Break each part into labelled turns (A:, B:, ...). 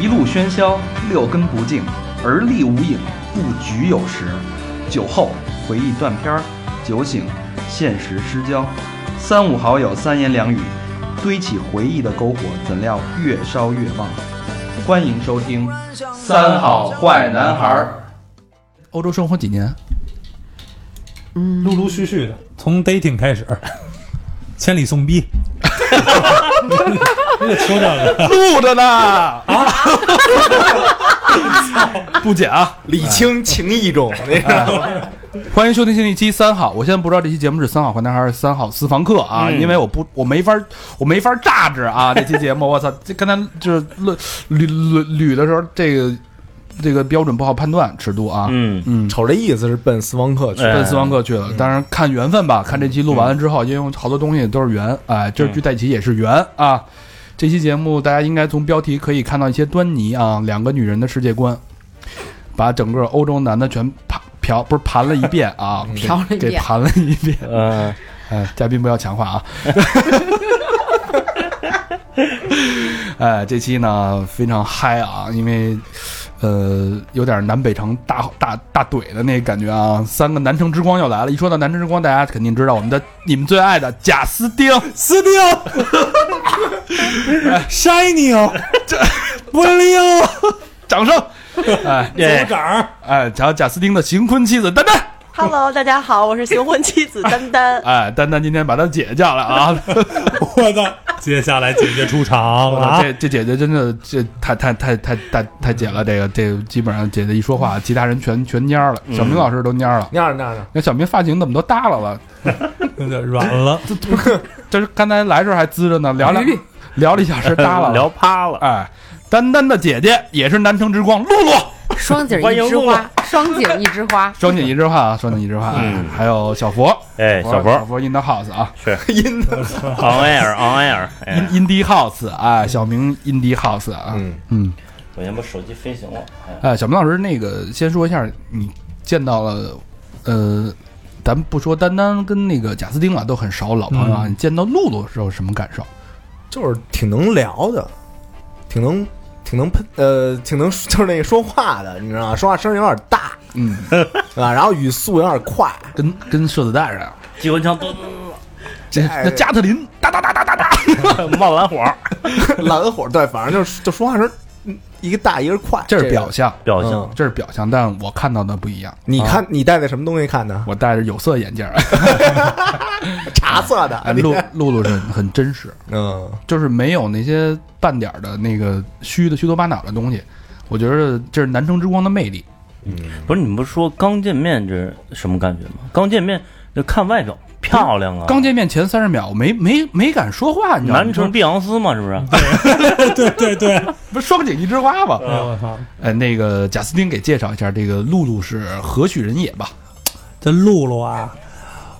A: 一路喧嚣，六根不净，而立无影，不局有时。酒后回忆断片儿，酒醒现实失焦。三五好友三言两语，堆起回忆的篝火，怎料越烧越旺。欢迎收听《三好坏男孩儿》。欧洲生活几年？
B: 陆陆续续的，从 dating 开 始，千里送 逼，你得说这个，
C: 录着呢啊！ 不剪啊！
D: 礼轻情意重，那个
C: 欢迎收听新一期三好，我现在不知道这期节目是三好坏男孩还是三好私房课啊，因为我不我没法我没法榨制啊这期节目，我操！这刚才就是捋捋捋捋的时候，这个这个标准不好判断尺度啊。
D: 嗯哎
C: 嗯，哎
D: 瞅这意思是奔斯旺克去
C: 奔私房课去了，当然看缘分吧。看这期录完了之后，因为好多东西都是缘，哎，这聚在一起也是缘啊。这期节目大家应该从标题可以看到一些端倪啊，两个女人的世界观，把整个欧洲男的全盘嫖不是盘了一遍啊，
E: 嫖嗯 了一遍
C: 给盘了一遍。
D: 嗯，
C: 哎，嘉宾不要强化啊。 哎，这期呢非常嗨啊，因为呃有点南北城大大大怼的那感觉啊，三个南城之光要来了。一说到南城之光，大家肯定知道我们的你们最爱的贾斯汀，
B: 斯蒂奥，shiny 哦，玻璃哦，
C: 掌声！哎
B: 左掌，
C: 哎，还有贾斯汀的行婚妻子丹丹。
F: Hello，大家好，我是行婚妻子丹 丹。
C: 哎，丹丹今天把她姐姐叫来啊，
B: 我操！接下来姐姐出 场了 啊！
C: 这这姐姐真的这太太太太太太姐了，这个这个基本上姐姐一说话，其他人全全蔫儿了，
G: 嗯
C: 小明老师都蔫儿了。
D: 那样那样那样，
C: 那小明发型怎么都耷拉了？
B: 有点软了，
C: 这是刚才来时候还滋着呢，聊聊聊了一小时，耷拉了。
G: 哎嗯 聊趴了。
C: 哎，丹丹的姐姐也是南城之光，露露，，
E: 双井
G: 欢
E: 一
G: 迎
E: 枝
G: 露露
E: 花， 双井一枝花
C: 双井一枝花啊，双井一枝花。哎还有小佛，
G: 嗯哎，小
C: 小
G: 佛
C: 佛 in the house 啊
D: 阴的，
G: ，on air，on air。哎，
C: ，in the house 啊，小明 in the house 啊，
D: 嗯
C: 嗯，
G: 我先把手机飞行了。哎
C: 哎，小明老师，那个先说一下，你见到了，呃，咱不说丹丹跟那个贾斯汀啊，都很熟，老朋友
G: 嗯
C: 啊，你见到露露的时候什么感受？
D: 就是挺能聊的，挺能挺能喷，呃，挺能就是那个说话的，你知道吗？说话声儿有点大，
C: 嗯，
D: 啊，然后语速有点 快，
C: 跟跟射子弹似的，
G: 机关枪咚，
C: 这
D: 哎
C: 那加特林哒哒哒哒哒哒，
G: 冒蓝火，
D: 蓝火，对，反正就是就说话声儿，嗯一个大一个快，
C: 这是
D: 个
C: 表象，
G: 表
D: 嗯
G: 情。
C: 这是表象，但我看到的不一样。
D: 你看你戴的什么东西看的？
C: 我戴着有色眼镜 儿，
D: 茶色的
C: 哎，露露露是很真实，
D: 嗯，
C: 就是没有那些半点儿的那个虚的虚头巴脑的东西。我觉得这是南城之光的魅力。
G: 不是你不是说刚见面这什么感觉吗？刚见面就看外表漂亮啊，
C: 刚见面前三十秒，我没没没敢说话，你知道吗？
G: 南城碧昂斯嘛，是不是？
B: 对对 对，
C: 不是双井一枝花吗？
B: 哎我操！
C: 呃，那个贾斯汀给介绍一下，这个露露是何许人也吧？
B: 这露露啊，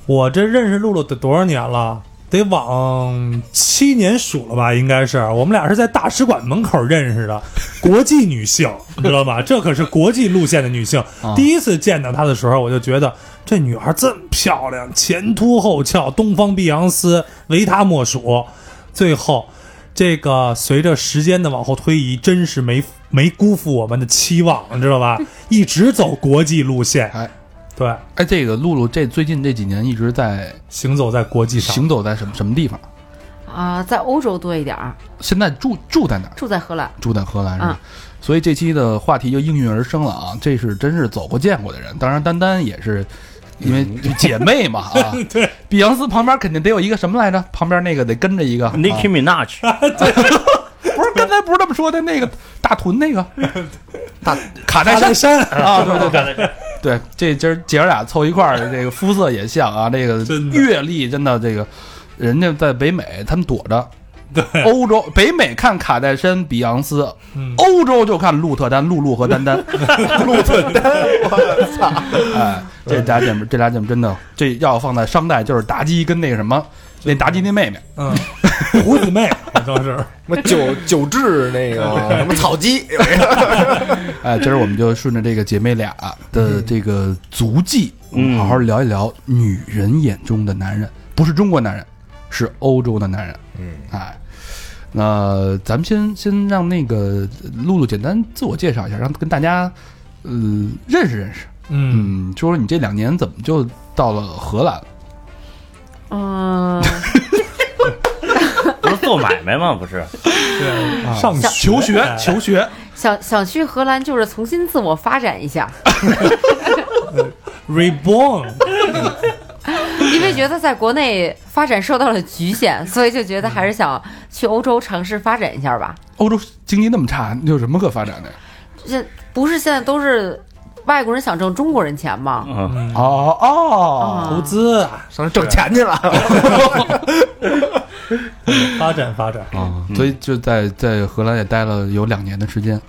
B: 我这认识露露得多少年了？得往七年数了吧，应该是我们俩是在大使馆门口认识的，国际女性，你知道吧？这可是国际路线的女性。
C: 啊
B: 第一次见到她的时候，我就觉得这女孩这么漂亮，前凸后翘，东方碧昂斯，唯她莫属。最后，这个随着时间的往后推移，真是没没辜负我们的期望，你知道 吧？一直走国际路线，
C: 哎
B: 对。
C: 哎，这个露露这最近这几年一直在
B: 行走在国际上，
C: 行走在什么什么地方？
E: 啊，在欧洲多一点儿，
C: 现在住住在哪儿？
E: 住在荷兰，
C: 住在荷兰是吧
E: 啊？
C: 所以这期的话题就应运而生了啊！这是真是走过见过的人，当然丹丹也是。因为姐妹嘛啊，
B: 对，
C: 碧昂斯旁边肯定得有一个什么来着？旁边那个得跟着一个
G: Nicki Minaj，
C: 啊不是刚才不是这么说的那个大臀那个大卡戴
B: 大
C: 珊
B: 山 山，
C: 啊，对对对对，这今儿姐儿俩凑一块儿，这个肤色也像啊，这个
B: 真的
C: 阅历真的这个，人家在北美他们躲着，
B: 对，
C: 欧洲北美看卡戴珊、比昂斯，
B: 嗯
C: 欧洲就看鹿特丹、露露和丹丹，
D: 陆特丹，我操，
C: 哎，这俩姐们，这俩姐们真的，这要放在商代就是妲己跟那个什么，那妲己那妹妹，
B: 嗯，胡子 妹，我倒是，
D: 什么九九制那 个什么草鸡， 有一个
C: 哎，今儿我们就顺着这个姐妹俩
D: 嗯
C: 的这个足迹，我们
G: 嗯
C: 好好聊一聊女人眼中的男人，不是中国男人，是欧洲的男人。
D: 嗯，
C: 哎，那咱们先先让那个露露简单自我介绍一下，让跟大家呃认识认识。
B: 嗯，
C: 嗯，就说你这两年怎么就到了荷兰？
E: 嗯，
G: 不是做买卖吗？不是，
B: 对，上学哎
C: 求学，求学，
E: 想想去荷兰就是重新自我发展一下，
B: reborn，
E: 因为觉得在国内发展受到了局限，所以就觉得还是想去欧洲尝试发展一下吧。
C: 欧洲经济那么差，你有什么可发展的？
E: 这不是现在都是外国人想挣中国人钱吗？
G: 嗯，
C: 哦哦，
E: 啊
B: 投资啊，
D: 上那挣钱去了。
B: 发展发展，
C: 啊，所以就在在荷兰也待了有两年的时间，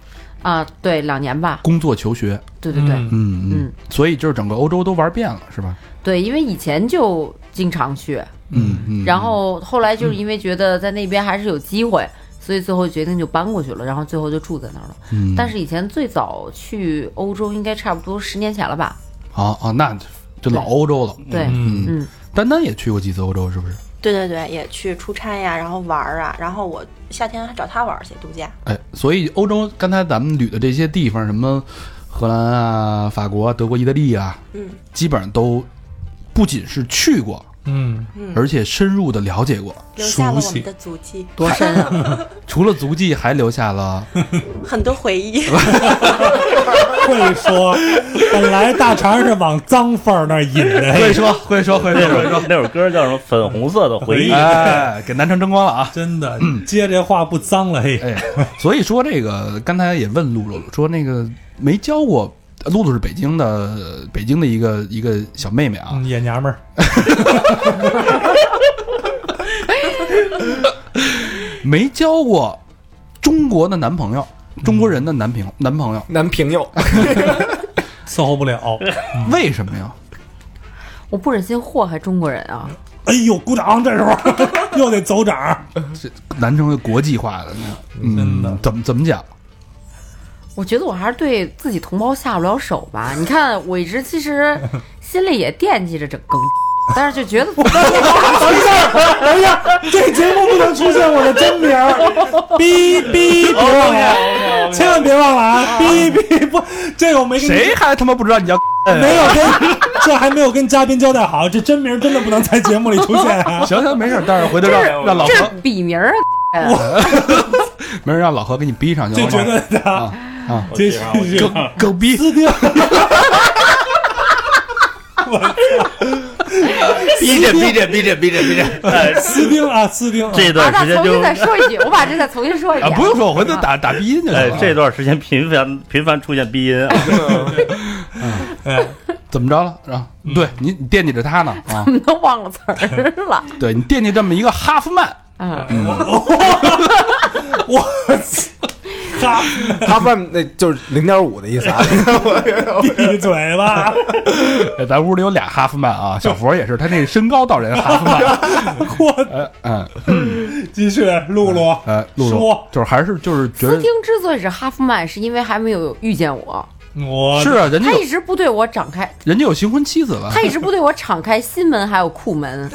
E: 啊，对，两年吧，
C: 工作求学，
E: 对对对、
B: 嗯
C: 嗯
E: 嗯，
C: 所以就是整个欧洲都玩遍了，是吧？
E: 对，因为以前就经常去，
C: 嗯嗯，
E: 然后后来就是因为觉得在那边还是有机会，所以最后决定就搬过去了，然后最后就住在那儿了。
C: 嗯，
E: 但是以前最早去欧洲应该差不多十年前了吧？
C: 哦哦，那就老欧洲了。
E: 对，
B: 嗯，
E: 嗯
C: 丹丹也去过几次欧洲，是不是？
F: 对对对，也去出差呀，然后玩儿啊，然后我夏天还找他玩儿去度假。
C: 哎，所以欧洲刚才咱们捋的这些地方，什么荷兰啊、法国啊、德国、意大利啊，
F: 嗯，
C: 基本上都不仅是去过，
B: 嗯，
C: 而且深入的了解过。
F: 留下了
B: 熟
F: 我
B: 悉
F: 们的足迹，
E: 多深啊！
C: 除了足迹，还留下 了
F: 很多回忆。
B: 会说，本来大肠是往脏范儿那儿引的，
C: 会说会说会
G: 那
C: 说会
G: 首
C: 说，
G: 那首歌叫什么？粉红色的回忆。
C: 哎，给南城争光了啊！
B: 真的，接这话不脏了，嘿，
C: 哎， 所以说这个刚才也问露露说那个没教过，露露是北京的北京的一个一个小妹妹啊，
B: 嗯，野娘们儿，
C: 没交过中国的男朋友，中国人的男朋友男朋友，
D: 男朋友，
B: 伺候不了。嗯
C: 为什么呀？
E: 我不忍心祸害中国人
C: 嗯
E: 啊！
B: 哎呦，鼓掌！这时候又得走掌，
C: 南城的国际化的，嗯，
B: 真的
C: 怎么怎么讲？
E: 我觉得我还是对自己同胞下不了手 吧。你看，我一直其实心里也惦记着这梗， 但是就觉得
B: 这节目不能出现我的真名儿，逼逼，别忘
G: 哎
B: 了，千万别忘了啊！逼逼不，这个我没跟
C: 谁还他妈不知道 你叫？
B: 没有跟，这还没有跟嘉宾交代好，这真名真的不能在节目里出现 啊！
C: 行行，没事，待会儿回头让让老
E: 这是
C: 何，
E: 笔名儿啊！
C: 没事让老何给你逼上去。
B: 就觉得
C: 啊
B: 他
C: 啊，
B: 这是
C: 狗狗逼，
B: 撕掉，
D: 逼着逼着逼着逼着逼着，
G: 哎
B: 撕丁啊，撕丁啊，
G: 这
E: 啊，
G: 段时间
E: 再重新
G: 就
E: 再说一句，我把这再重新说一
C: 啊
E: 遍。，
C: 不用说，我回头
B: 嗯
C: 打打鼻音就行
G: 哎
C: 了。，啊
G: 这段时间频繁频繁出现鼻音啊，
B: 哎
C: 怎么着了？啊，
B: 嗯
C: 对你你惦记着他呢 啊，
E: 你都忘了词儿了。
C: 对你惦记这么一个哈夫曼，
E: 嗯，
B: 我操，
D: 他问那就是零点五的意思 啊。
B: 闭嘴 吧！
C: 哎咱屋里有俩哈夫曼啊，小佛也是，他那身高到人哈夫曼，
B: 我
C: 哎嗯
B: 继续，露露，
C: 哎，露露
B: 说
C: 就是还是就是觉
E: 斯
C: 得
E: 汀之所以是哈夫曼，是因为还没有遇见我，
B: 我
C: 是啊，人家
E: 他
C: 有
E: 一直不对我敞开，
C: 人家有新婚妻子了
E: 他，一直不对我敞开心门还有库门。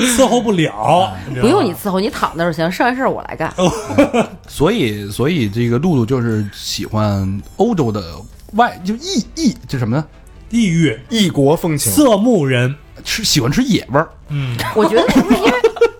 B: 伺候不了，
C: 啊
B: 知道吗
E: 不用你伺候，你躺那儿就行，剩下事儿我来干。
C: 所以所以这个露露就是喜欢欧洲的外就异异这什么呢？
B: 地狱
D: 异国风情，
B: 色目人，
C: 吃喜欢吃野味儿，
B: 嗯，
E: 我觉得是不是因为，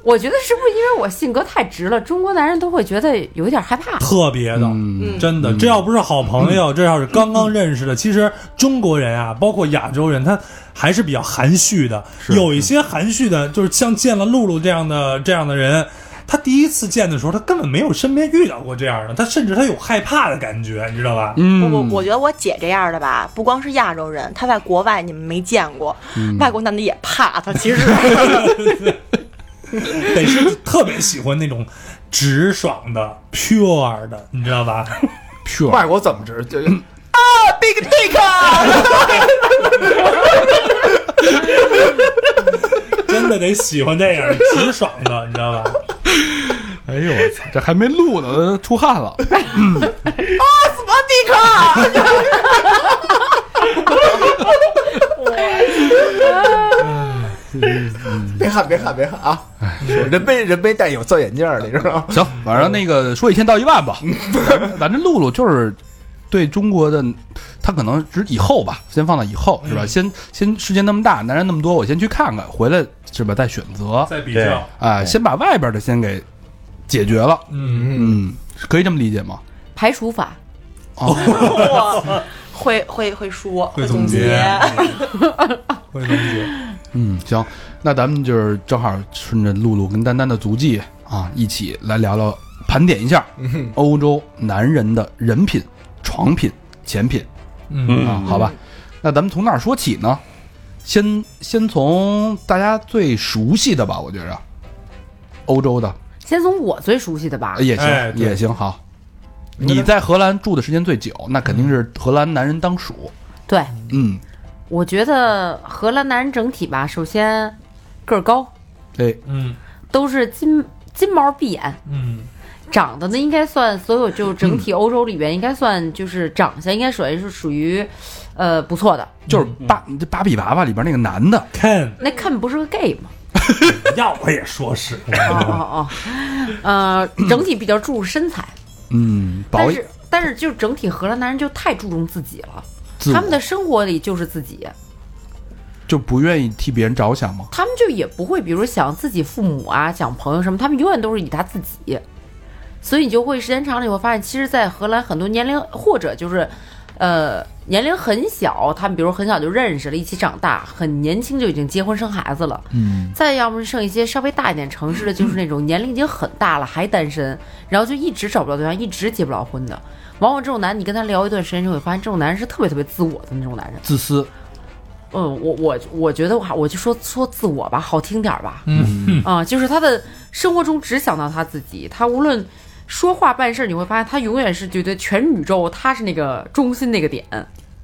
E: 我觉得是不是因为我性格太直了，中国男人都会觉得有一点害怕。
B: 特别的。
C: 嗯，
B: 真的，这要不是好朋友，这要是刚刚认识的，其实中国人啊，包括亚洲人，他还是比较含蓄的。有一些含蓄的，就是像见了露露这样的这样的人，他第一次见的时候，他根本没有身边遇到过这样的，他甚至他有害怕的感觉，你知道吧？
F: 不不，我觉得我姐这样的吧，不光是亚洲人，她在国外你们没见过，外国男的也怕她。其实，
B: 得是特别喜欢那种直爽的、pure 的，你知道吧？
C: pure
D: 外国怎么着 就
B: 真的得喜欢这样直爽的，你知道吧？
C: 哎呦我操，这还没录呢，我出汗了。
D: 别看，别看，别看啊！人没人没戴有色眼镜儿，你知道吗？
C: 行，晚上那个说一千道一万吧， 咱这露露就是对中国的，他可能只以后吧，先放到以后是吧？先先世界那么大，男人那么多，我先去看看，回来是吧？再选择，
B: 再比
G: 对
B: 较，
C: 哎，先把外边的先给解决了，
B: 嗯，
C: 嗯，可以这么理解吗？
E: 排除法，
F: 哇，会会会说，
B: 会
F: 总
B: 总结，会总结，
C: 嗯，行，那咱们就是正好顺着露露跟丹丹的足迹啊，一起来聊聊，盘点一下
B: 嗯
C: 欧洲男人的人品、床品、钱品。
B: 嗯
C: 啊，好吧，那咱们从哪儿说起呢？先先从大家最熟悉的吧，我觉着，欧洲的
E: 先从我最熟悉的吧
C: 呃，也行、
B: 哎对
C: 也行，好。你在荷兰住的时间最久，那肯
B: 嗯
C: 定是荷兰男人当属。
E: 对，
C: 嗯，
E: 我觉得荷兰男人整体吧，首先个儿高，
C: 哎，
B: 嗯
E: 都是金金毛碧眼，
B: 嗯
E: 长得呢应该算所有就整体欧洲里边应该算就是长相应该属于是属于，呃不错的。
C: 就是
B: 嗯
C: 芭这芭比娃娃里边那个男的，
B: ，Ken，
E: 那看不是个 gay 吗？
B: 要我也说是，
E: 哦 哦哦，呃，整体比较注重身材，
C: 嗯，保
E: 但是但是就整体荷兰男人就太注重自己了，
C: 自
E: 他们
C: 我
E: 的生活里就是自己，
C: 就不愿意替别人着想嘛。
E: 他们就也不会，比如想自己父母啊，想朋友什么，他们永远都是以他自己。所以你就会时间长了以后发现，其实，在荷兰很多年龄或者就是，呃，年龄很小，他们比如很小就认识了，一起长大，很年轻就已经结婚生孩子了。
C: 嗯，
E: 再要么剩一些稍微大一点城市的，就是那种年龄已经很大了还单身，然后就一直找不到对象，一直结不了婚的。往往这种男，你跟他聊一段时间之后，你会发现这种男人是特别特别自我的那种男人。
C: 自私，
E: 嗯，我我我觉得我还我就说说自我吧，好听点儿吧。
B: 嗯，
E: 啊、就是他的生活中只想到他自己，他无论说话办事儿，你会发现他永远是觉得全宇宙他是那个中心那个点，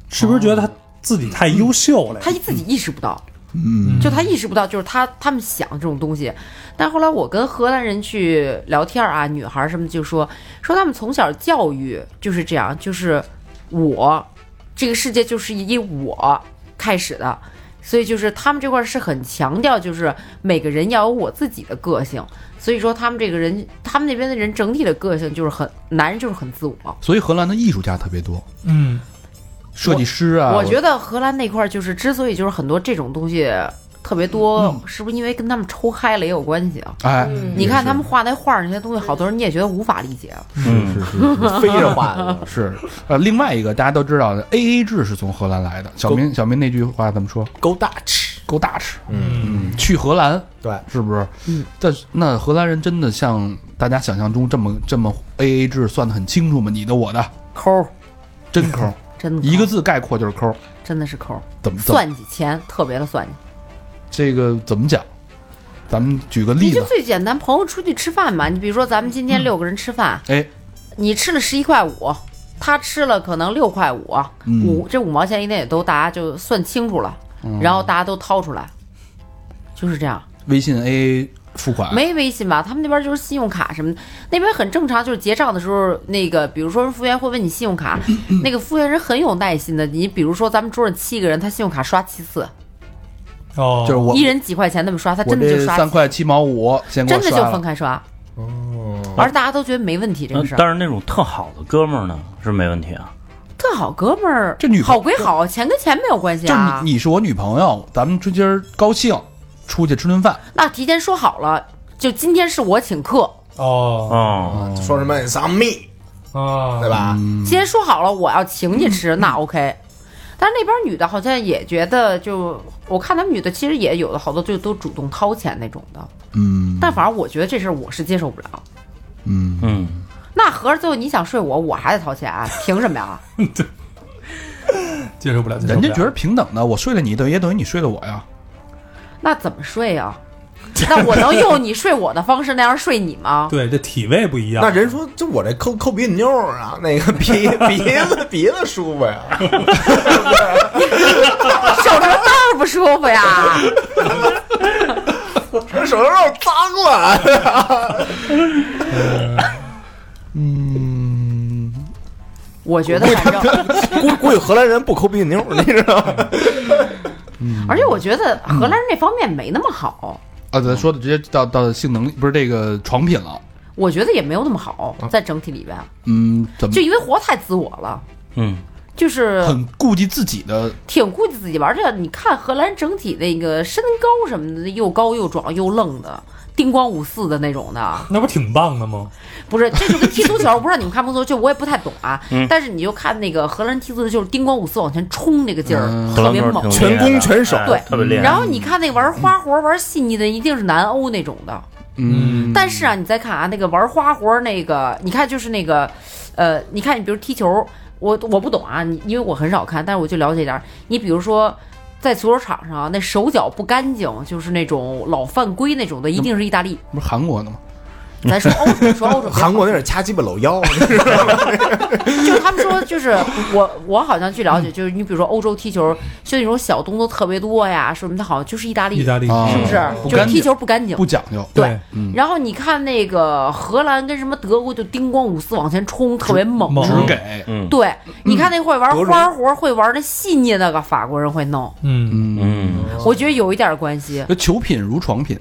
B: 是不是觉得他自己太优秀了？
E: 他自己意识不到，
C: 嗯，
E: 就他意识不到，就是他他们想这种东西。但后来我跟荷兰人去聊天儿啊，女孩儿什么就说说他们从小教育就是这样，就是我这个世界就是以我开始的，所以就是他们这块儿是很强调，就是每个人要有我自己的个性。所以说他们这个人，他们那边的人整体的个性就是很男人就是很自我。
C: 所以荷兰的艺术家特别多，
B: 嗯
C: 设计师啊，
E: 我觉得荷兰那块儿就是之所以就是很多这种东西特别多，
C: 嗯
E: 是不是因为跟他们抽嗨了也有关系啊？
C: 哎，
E: 你看他们画那画儿那些东西，好多人你也觉得无法理解。啊
G: 嗯，
D: 飞着画的，
C: 是，呃，另外一个大家都知道的 A A 制是从荷兰来的。小明，小明那句话怎么说
D: 够大吃。
C: ？Go Dutch，
B: 嗯，
C: 嗯，去荷兰，
D: 对，
C: 是不是？
E: 嗯，
C: 但是那荷兰人真的像大家想象中这么这么 A A 制算的很清楚吗？你的我的，
E: 抠儿，嗯
C: 真抠，
E: 真的抠
C: 一个字概括就是抠。
E: 真的是抠儿，
C: 怎么怎么
E: 算计钱特别的算计。
C: 这个怎么讲？咱们举个例
E: 你就
C: 子，
E: 最简单，朋友出去吃饭嘛，你比如说咱们今
C: 嗯
E: 天六个人吃饭，
C: 哎，
E: 你吃了十一块五，他吃了可能六块五，
C: 嗯哦
E: 五这五毛钱一定也都大家就算清楚了，然后大家都掏出来，就是这样。
C: 微信 A A 付款，
E: 没微信吧？他们那边就是信用卡什么的，那边很正常，就是结账的时候，那个比如说服务员会问你信用卡，
C: 嗯
E: 那个服务员是很有耐心的。你比如说咱们桌上七个人，他信用卡刷七次，
B: 哦，
C: 就是我
E: 一人几块钱那么刷，他
C: 我
E: 真的就
C: 这
E: 刷
C: 三
E: 七，
C: 块七毛五，先给
E: 真
C: 我
E: 的
C: 刷
E: 就分
C: 了。哦
E: 开刷。而大家都觉得没问题这
G: 那
C: 嗯
E: 个事儿，
G: 但是那种特好的哥们儿呢是没问题啊，
E: 特好哥们儿，
C: 这女朋
E: 好归好，钱跟钱没有关系
C: 就是
E: 啊。
C: 你你是我女朋友，咱们今儿高兴，出去吃顿饭，
E: 那提前说好了，就今天是我请客，
B: 哦
G: 哦，
D: 说什么 s o m me，
B: 啊，
D: 对？吧？
E: 今天说好了我要请你吃，
C: 嗯
E: 那 OK。但是那边女的好像也觉得就，我看他们女的其实也有的好多就都主动掏钱那种的，
C: 嗯
E: 但反正我觉得这事儿我是接受不了。
C: 嗯。
G: 嗯，
E: 那合着最后你想睡我，我还得掏钱、啊，凭什么呀？
B: 接受不了，接受
C: 人
B: 不
C: 家
B: 了
C: 觉得平等的，我睡了你，等于也等于你睡了我呀。
E: 那怎么睡呀、那我能用你睡我的方式那样睡你吗？
B: 对这体位不一样，
D: 那人说，就我这抠抠鼻子妞儿啊，那个 鼻鼻子 鼻子舒服呀，
E: 手指头不舒服 呀？
D: 这手指头脏了。
E: 我觉得反正
D: 估估计荷兰人不抠鼻子妞儿，你知道吗？
C: 嗯
E: 而且我觉得荷兰人这方面没那么好，
C: 啊，咱说的直接到到性能力不是这个床品了，
E: 我觉得也没有那么好，在整体里边，
C: 嗯，怎么
E: 就因为活太自我了，
G: 嗯，
E: 就是
C: 很顾及自己的
E: 挺顾忌自己玩儿这。你看荷兰整体那个身高什么的，又高又壮又愣的，叮咣五四的那种的，
B: 那不挺棒的吗？
E: 不是这就跟踢足球，我不知道你们看不看足球，就我也不太懂啊。
G: 嗯
E: 但是你就看那个荷兰踢足球，就是叮咣五四往前冲那个劲儿、
C: 嗯
E: 特别猛，
D: 全攻全守
E: 对
G: 哎特别厉害。
E: 然后你看那玩花活、玩细腻的，一定是南欧那种的。
C: 嗯，
E: 但是啊，你再看啊，那个玩花活那个，你看就是那个，呃，你看你比如踢球，我我不懂啊，你因为我很少看，但是我就了解一点儿。你比如说。在足球场上，那手脚不干净，就是那种老犯规那种的，一定是意大利。
C: 不是韩国的吗？
E: 咱说 欧洲，说欧洲，
D: 韩国那是掐鸡巴搂腰，
E: 就是他们说，就是 我我好像据了解，就是你比如说欧洲踢球，就那种小动作特别多呀什么的，好像就是意大利，
B: 意大利
C: 啊
E: 是不是？
C: 不
E: 就是
C: 干
E: 踢
C: 净，
E: 球不干净
C: 不。讲究，
E: 对，
C: 嗯
E: 然后你看那个荷兰跟什么德国，就叮咣五四往前冲，特别猛。
B: 猛
C: 只给，
G: 嗯
E: 对，你看那会玩
D: 德容
E: 花活、会玩那细腻那个法国人会弄，
B: 嗯，
C: 嗯，
G: 嗯，
E: 我觉得有一点关系。
C: 就球嗯品如床品，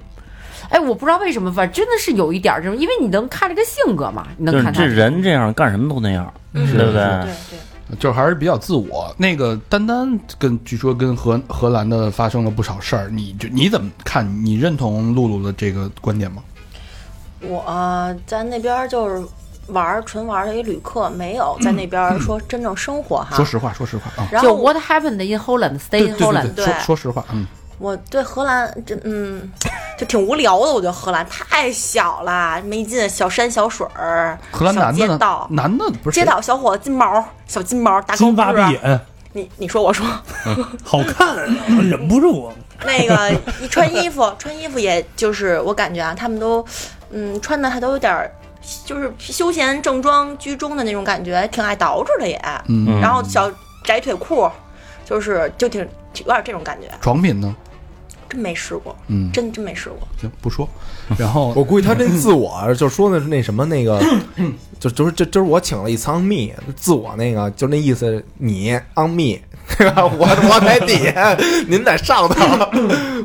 E: 哎，我不知道为什么，反正真的是有一点这种，因为你能看这个性格嘛，你
G: 嗯
E: 能
G: 就是
E: 看
G: 这
E: 他。
G: 人这样干什么都那样，
F: 嗯
G: 对不对？
F: 对对。
C: 就是还是比较自我。那个丹丹跟据说跟荷荷兰的发生了不少事儿，你就你怎么看？你认同露露的这个观点吗？
F: 我呃在那边儿就是玩儿纯玩儿的一旅客，没有在那边儿说真正生活哈。
C: 说实话，说实话啊，
F: 然后
E: 就
F: 我
E: What happened in Holland,
C: 对对
E: stay in
C: 对
E: Holland。
F: 对
C: 对，说说实话，嗯，
F: 我对荷兰这嗯就挺无聊的，我觉得荷兰太小了，没劲，小山小水儿，
C: 荷兰
F: 小
C: 男的
F: 街
C: 呢
F: 道？。
C: 男的不是
F: 街道小伙子金毛，小金毛，大高
B: 金
F: 个
B: 发碧
F: 儿，
B: 眼，
F: 你你说我说
B: 好看，忍不住啊。
F: 那个一穿衣服，穿衣服也就是我感觉啊，他们都嗯穿的还都有点儿就是休闲正装居中的那种感觉，挺爱捯饬的也，
C: 嗯，
F: 然后小窄腿裤，就是就挺有点这种感觉，
C: 床品呢？
F: 真没试过，
C: 嗯，
F: 真真没试过。
C: 行不说。然后
D: 我估计他这自我就说的是那什么那个，就就是这就是我请了一仓蜜，自我那个就那意思，你 on me，对吧？ 我我在底下，您在上头，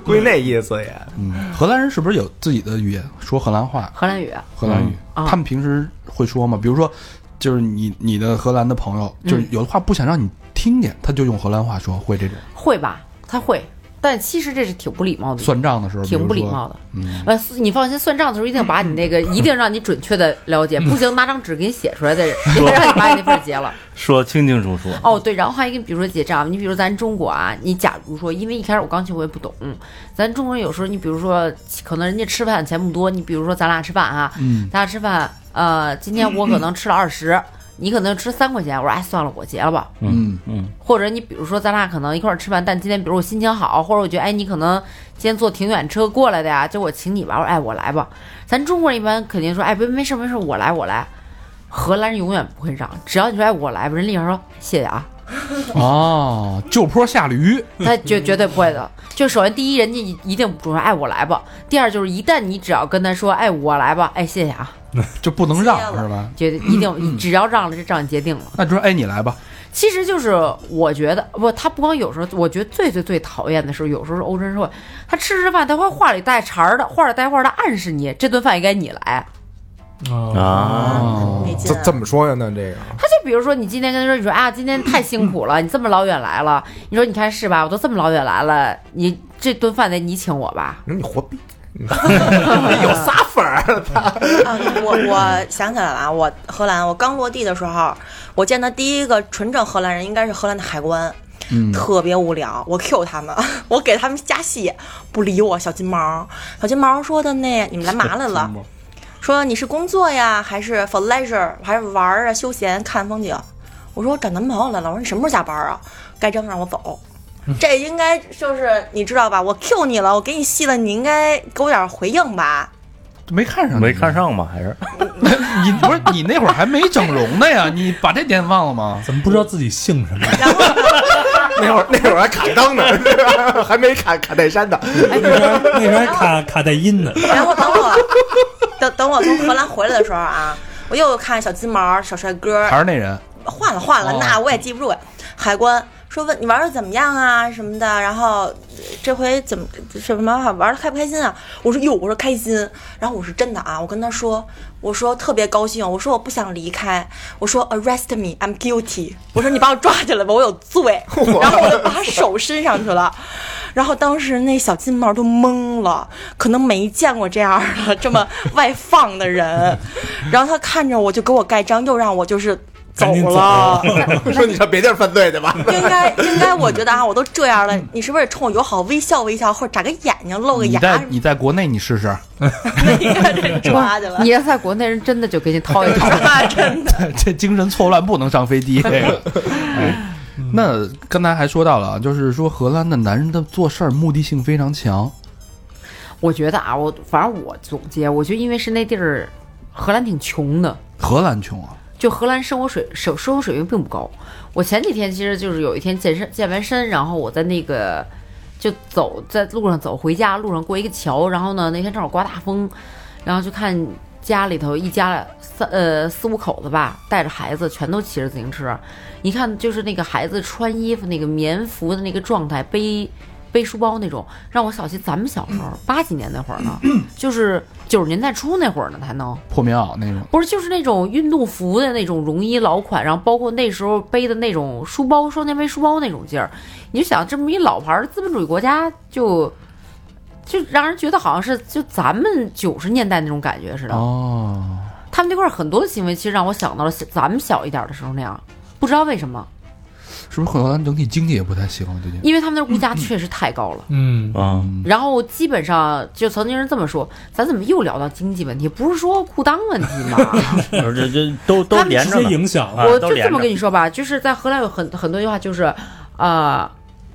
D: 估计那意思也。
C: 嗯，荷兰人是不是有自己的语言？说荷兰话，
E: 荷兰语，
C: 荷兰语，
E: 嗯啊
C: 他们平时会说吗？比如说，就是你你的荷兰的朋友，就是有的话不想让你听见，他就用荷兰话说，会这种
E: 会吧？他会，但其实这是挺不礼貌的，
C: 算账的时候，
E: 挺不
C: 比
E: 礼
C: 如说
E: 貌的。
C: 嗯，
E: 呃，你放心，算账的时候一定把你那 个，一定让你准确的了解，不行拿张纸给你写出来再 让你把你那份儿结了。
G: 说清清楚楚。
E: 哦，对，然后还有一个，比如说结账，你比如咱中国啊，你假如说，因为一开始我刚去我也不懂，咱中国人有时候，你比如说，可能人家吃饭钱不多，你比如说咱俩吃饭啊，
C: 嗯
E: 咱俩吃饭，呃，今天我可能吃了二十，你可能吃三块钱，我说哎算了，我结了吧，
C: 嗯
G: 嗯
E: 或者你比如说咱俩可能一块儿吃饭，但今天比如我心情好，或者我觉得哎你可能今天坐挺远车过来的呀，就我请你吧，我说哎我来吧。咱中国人一般肯定说哎别没事没事我来我来，荷兰人永远不会让，只要你说哎我来吧，人立刻说谢谢啊，
C: 哦，就坡下驴，
E: 他绝绝对不会的。就首先第一，人家一一定不说哎我来吧；第二就是一旦你只要跟他说哎我来吧，哎谢谢啊，
C: 就不能
F: 歇
C: 让
F: 了
C: 是吧？
E: 绝对一定只要让了这账结定了。
C: 那就说哎，你来吧，
E: 其实就是我觉得不，他不光有时候，我觉得最最最讨厌的是，有时候是欧洲社会，他吃吃饭，他会话里带茬儿的，话里带话儿的暗示你这顿饭应该你来。
G: 啊，
C: 哦，
F: 没劲
D: 怎
F: 啊。
D: 怎么说呀？那这个
E: 他就比如说，你今天跟他说，你说啊，今天太辛苦了，你这么老远来了，你说你看是吧？我都这么老远来了，你这顿饭得你请我 吧？
D: 你活逼，有仨粉儿，
F: 啊，我我想起来了啊，我荷兰，我刚落地的时候，我见的第一个纯正荷兰人应该是荷兰的海关，
C: 嗯
F: 特别无聊。我 Q 他们， 我给他们加戏，不理我。小金毛，小金毛说的那你们来嘛来了？说你是工作呀，还是 for leisure，还是玩儿啊，休闲看风景？我说我找男朋友来了。我说你什么时候下班啊？该张让我走。这应该就是你知道吧？我 Q 你了，我给你戏了，你应该给我点回应吧？
C: 没看上，
G: 没看，上吧？还是
C: 你不是你那会儿还没整 容呢呀？你把这点忘了吗？
B: 怎么不知道自己姓什么？
F: 然后。
D: 那会儿那会儿还卡裆呢， 还没卡卡戴珊呢。
B: 那时候那时候还卡卡带音呢。
F: 然后等哎我等等我从荷兰回来的时候啊，我又看小金毛、小帅哥，
C: 还是那人，
F: 换了换了，
C: 哦
F: 那我也记不住。海关说问你玩的怎么样啊什么的，然后呃这回怎么什么啊玩的开不开心啊？我说哟，我说开心，然后我是真的啊，我跟他说，我说特别高兴，我说我不想离开，我说 arrest me, I'm guilty，我说你把我抓起来吧，我有 罪，然后我就把他手伸上去了，然后当时那小金毛都懵了，可能没见过这样 的这么外放的人，然后他看着我就给我盖章，又让我就是。
B: 赶紧走
F: 了，
D: 说你上别地儿犯罪去吧。
F: 应该应该，我觉得啊，我都这样了，你是不是得冲我友好微笑微笑，或者眨个眼睛，露个
C: 你
F: 牙
C: 在
F: 什么
C: 你在国内你试 试，
F: 的，应该得抓去了。
E: 你要在国内人真的就给你掏一掏，
F: 真的，
C: 这精神错乱不能上飞 机。这个哎那刚才还说到了，啊就是说荷兰的男人的做事儿目的性非常强，
E: 我觉得啊，我反正我总结，我觉得因为是那地儿，荷兰挺穷的，
C: 荷兰穷啊，
E: 就荷兰生活水生生活水平并不高。我前几天其实就是有一天健身健完身，然后我在那个就走在路上走回家，路上过一个桥，然后呢那天正好刮大风，然后就看家里头一家三呃四五口子吧，带着孩子全都骑着自行车，一看就是那个孩子穿衣服那个棉服的那个状态，背背书包那种，让我想起咱们小时候八几年那会儿呢，就是九十年代初那会儿呢才能。
C: 破棉袄那种。
E: 不是，就是那种运动服的那种绒衣老款，然后包括那时候背的那种书包，双肩背书包那种劲儿，你就想这么一老牌儿资本主义国家就，就让人觉得好像是就咱们九十年代那种感觉似的。
C: 哦，
E: 他们那块儿很多的行为，其实让我想到了小咱们小一点的时候那样，不知道为什么，
C: 是不是荷兰整体经济也不太行啊？最近
E: 因为他们那物价确实太高了。
B: 嗯，
G: 啊，
E: 然后基本上就曾经人这么说，咱怎么又聊到经济问题？不是说裤裆问题吗？
G: 而且这都都
E: 他们
G: 连
B: 直
G: 着
B: 接
G: 呢。
B: 影响了。
G: 啊
E: 我
G: 都
E: 就
G: 连
E: 这么
G: 着
E: 跟你说吧，就是在荷兰有很很多句话，就是，呃，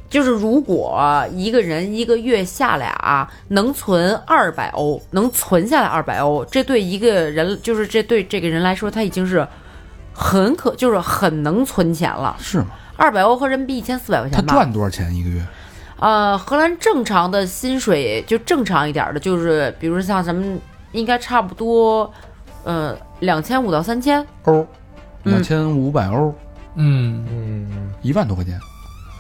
E: 就是如果一个人一个月下来啊，能存二百欧，能存下来二百欧，这对一个人，就是这对这个人来说，他已经是很可，就是很能存钱了。
C: 是吗？
E: 二百欧合人民币一千四百块
C: 他
E: 钱吧。
C: 赚多少钱一个月？
E: 呃，荷兰正常的薪水就正常一点的，就是比如像咱们应该差不多，呃，两千五到三千。
C: 欧，
E: 嗯
C: 两千五百欧，
B: 嗯，
D: 嗯，
C: 一万多块钱。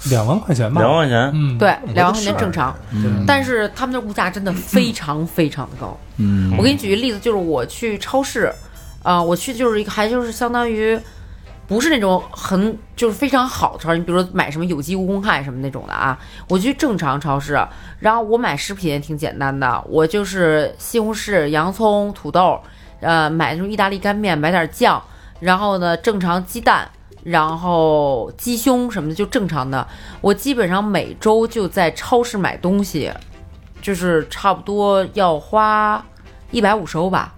B: 两万块钱吧。
G: 两万块钱，
B: 嗯，
E: 对，两
D: 我觉
E: 万块
D: 得
E: 钱正常。
C: 嗯
E: 但是他们的物价真的非常非常的高。
C: 嗯
E: 我给你举个例子，就是我去超市，啊、我去就是一个还就是相当于不是那种很就是非常好的超市，你比如说买什么有机无公害什么那种的啊，我去正常超市，然后我买食品也挺简单的，我就是西红柿、洋葱、土豆，呃，买那种意大利干面，买点酱，然后呢正常鸡蛋。然后鸡胸什么的就正常的，我基本上每周就在超市买东西，就是差不多要花一百五十欧吧，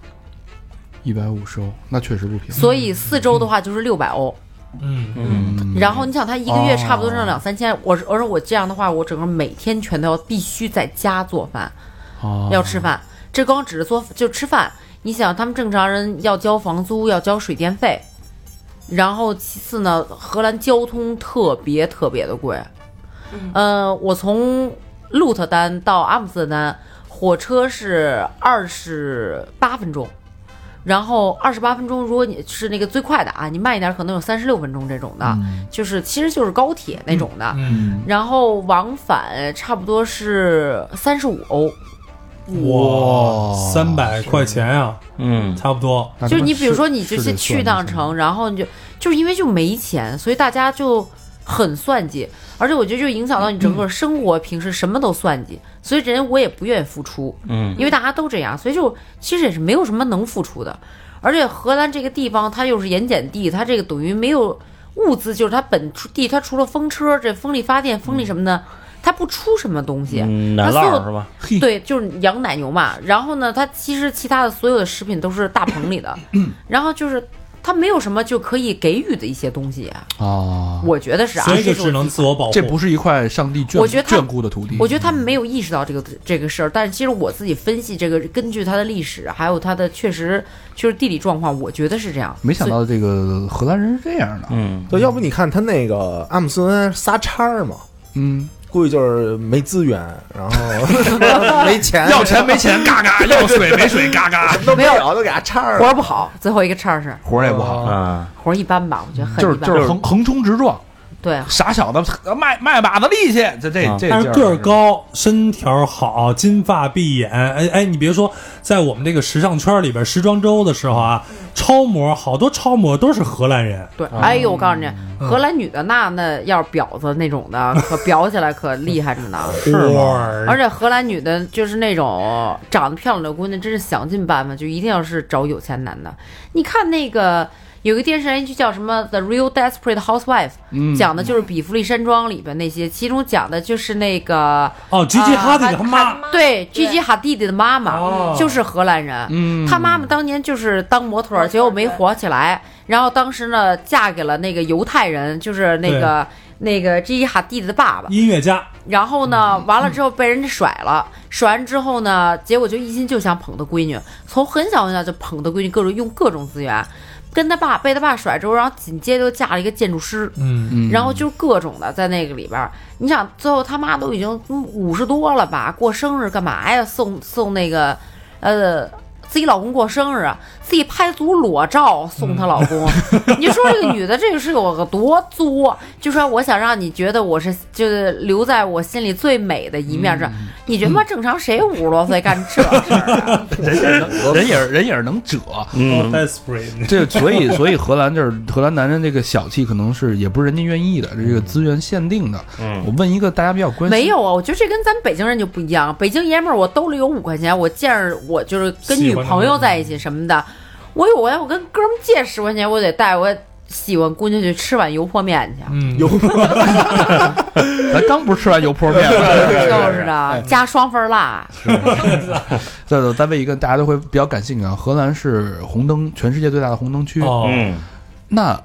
C: 一百五十欧，那确实不平。
E: 所以四周的话就是六百欧。
B: 嗯，
G: 嗯，
C: 嗯
E: 然后你想，他一个月
C: 哦
E: 差不多挣两三千，我我说我这样的话，我整个每天全都要必须在家做饭，
C: 哦
E: 要吃饭。这光只是做就吃饭，你想他们正常人要交房租，要交水电费，然后其次呢，荷兰交通特别特别的贵。嗯、我从鹿特丹到阿姆斯特丹，火车是二十八分钟，然后二十八分钟，如果你是那个最快的啊，你慢一点可能有三十六分钟这种的，就是其实就是高铁那种的。
B: 嗯
E: 然后往返差不多是三十五欧，
B: 哇，
C: 哇
B: 三百块钱啊，
G: 嗯，
B: 差不多。
C: 啊那他妈
E: 就是你比如说你
C: 是
E: 就是
C: 得
E: 去
C: 算一
E: 趟
C: 下
E: 城，然后你就就是因为就没钱，所以大家就很算计，而且我觉得就影响到你整个生活，平时什么都算计，所以人我也不愿意付出，
G: 嗯，
E: 因为大家都这样，所以就其实也是没有什么能付出的，而且荷兰这个地方它又是盐碱地，它这个等于没有物资，就是它本地它除了风车、这风力发电、风力什么的，它不出什么东西，
G: 嗯
E: 它
G: 奶
E: 所有
G: 酪是吧？
C: 嘿，
E: 对，就是羊奶牛嘛。然后呢，它其实其他的所有的食品都是大棚 里的，然后就是它没有什么就可以给予的一些东西，
C: 啊，
E: 我觉得是啊，
B: 所以就
E: 这
B: 是
E: 我
B: 只能自我保护。
C: 这不是一块上帝眷
E: 我觉得他
C: 眷顾的土地。
E: 我觉得他们没有意识到这个这个事儿，但是其实我自己分析这个，根据它的历史，还有它的确实就是地理状况，我觉得是这样。
C: 没想到这个荷兰人是这样的。
G: 嗯，
D: 对，要不你看他那个阿姆斯特丹仨叉儿嘛，
C: 嗯，
D: 估计就是没资源，然后没 钱，
C: 要钱没钱，嘎 嘎；要水没水，嘎嘎
D: 什。么都没有，都给他叉
E: 活
D: 儿。
E: 儿不好，最后一个岔是
C: 活儿也不好，
G: 啊，
E: 活儿一般吧，我觉得很
C: 就
E: 一
C: 是
E: 般。
C: 就是横横冲直撞。
E: 对，
C: 傻小子呃卖卖把子力气，这这
G: 啊
C: 这
B: 但
C: 劲
B: 是个儿
C: 儿
B: 高，身条好，金发碧眼，哎哎，你别说，在我们这个时尚圈里边，时装周的时候啊，超模好多超模都是荷兰人，
E: 对，哎呦，我告诉你，
C: 嗯
E: 荷兰女的那那要是婊子那种的，可婊起来可厉害着呢。
B: 是吗？
E: 而且荷兰女的就是那种长得漂亮的姑娘，真是想尽办法，就一定要是找有钱男的。你看那个有一个电视连续剧叫什么《The Real Desperate Housewife》，讲的就是比弗利山庄里边那些，其中讲的就是那个
B: 哦，吉吉哈
E: 啊
B: 迪他妈，
E: 对居吉哈蒂的妈
B: 哦
E: 妈就是荷兰人，她妈妈当年就是当模特儿，结果没火起来，然后当时呢嫁给了那个犹太人，就是那个那个居吉哈蒂的爸爸。
B: 音乐家，
E: 然后呢，完了之后被人家甩了，甩完之后呢，结果就一心就想捧她闺女，从很小很小就捧她闺女，各种用各种资源，跟他爸被他爸甩之后，然后紧接着又嫁了一个建筑师，
B: 嗯，
E: 然后就是各种的在那个里边儿，你想最后他妈都已经五十多了吧，过生日干嘛呀？送送那个，呃，自己老公过生日啊，自己拍组裸照送她老公。你说这个女的这个是有个多作？就说我想让你觉得我是就是留在我心里最美的一面，这、你觉得妈正常谁五十多岁干这事儿啊？
C: 人也是能人也是人也是能折，
E: 哦
G: 嗯，
B: ，desperate，
C: 这所 以所以荷兰就是荷兰男人这个小气，可能是也不是人家愿意的，这个资源限定的。
G: 嗯
C: 我问一个大家比较关心，
E: 没有啊，我觉得这跟咱北京人就不一样。北京爷们儿，我兜里有五块钱，我见着我就是跟女朋友在一起什么的，我有啊，我跟哥们儿借十块钱，我得带我喜欢姑娘去吃碗油泼面去。
B: 嗯，
D: 有
C: 咱刚不是吃完油泼面吗？
E: 就是的，
C: 哎
E: 加双份儿辣，
C: 再再问一个大家都会比较感兴趣啊，荷兰是红灯，全世界最大的红灯区。
B: 哦，
G: 嗯，
C: 那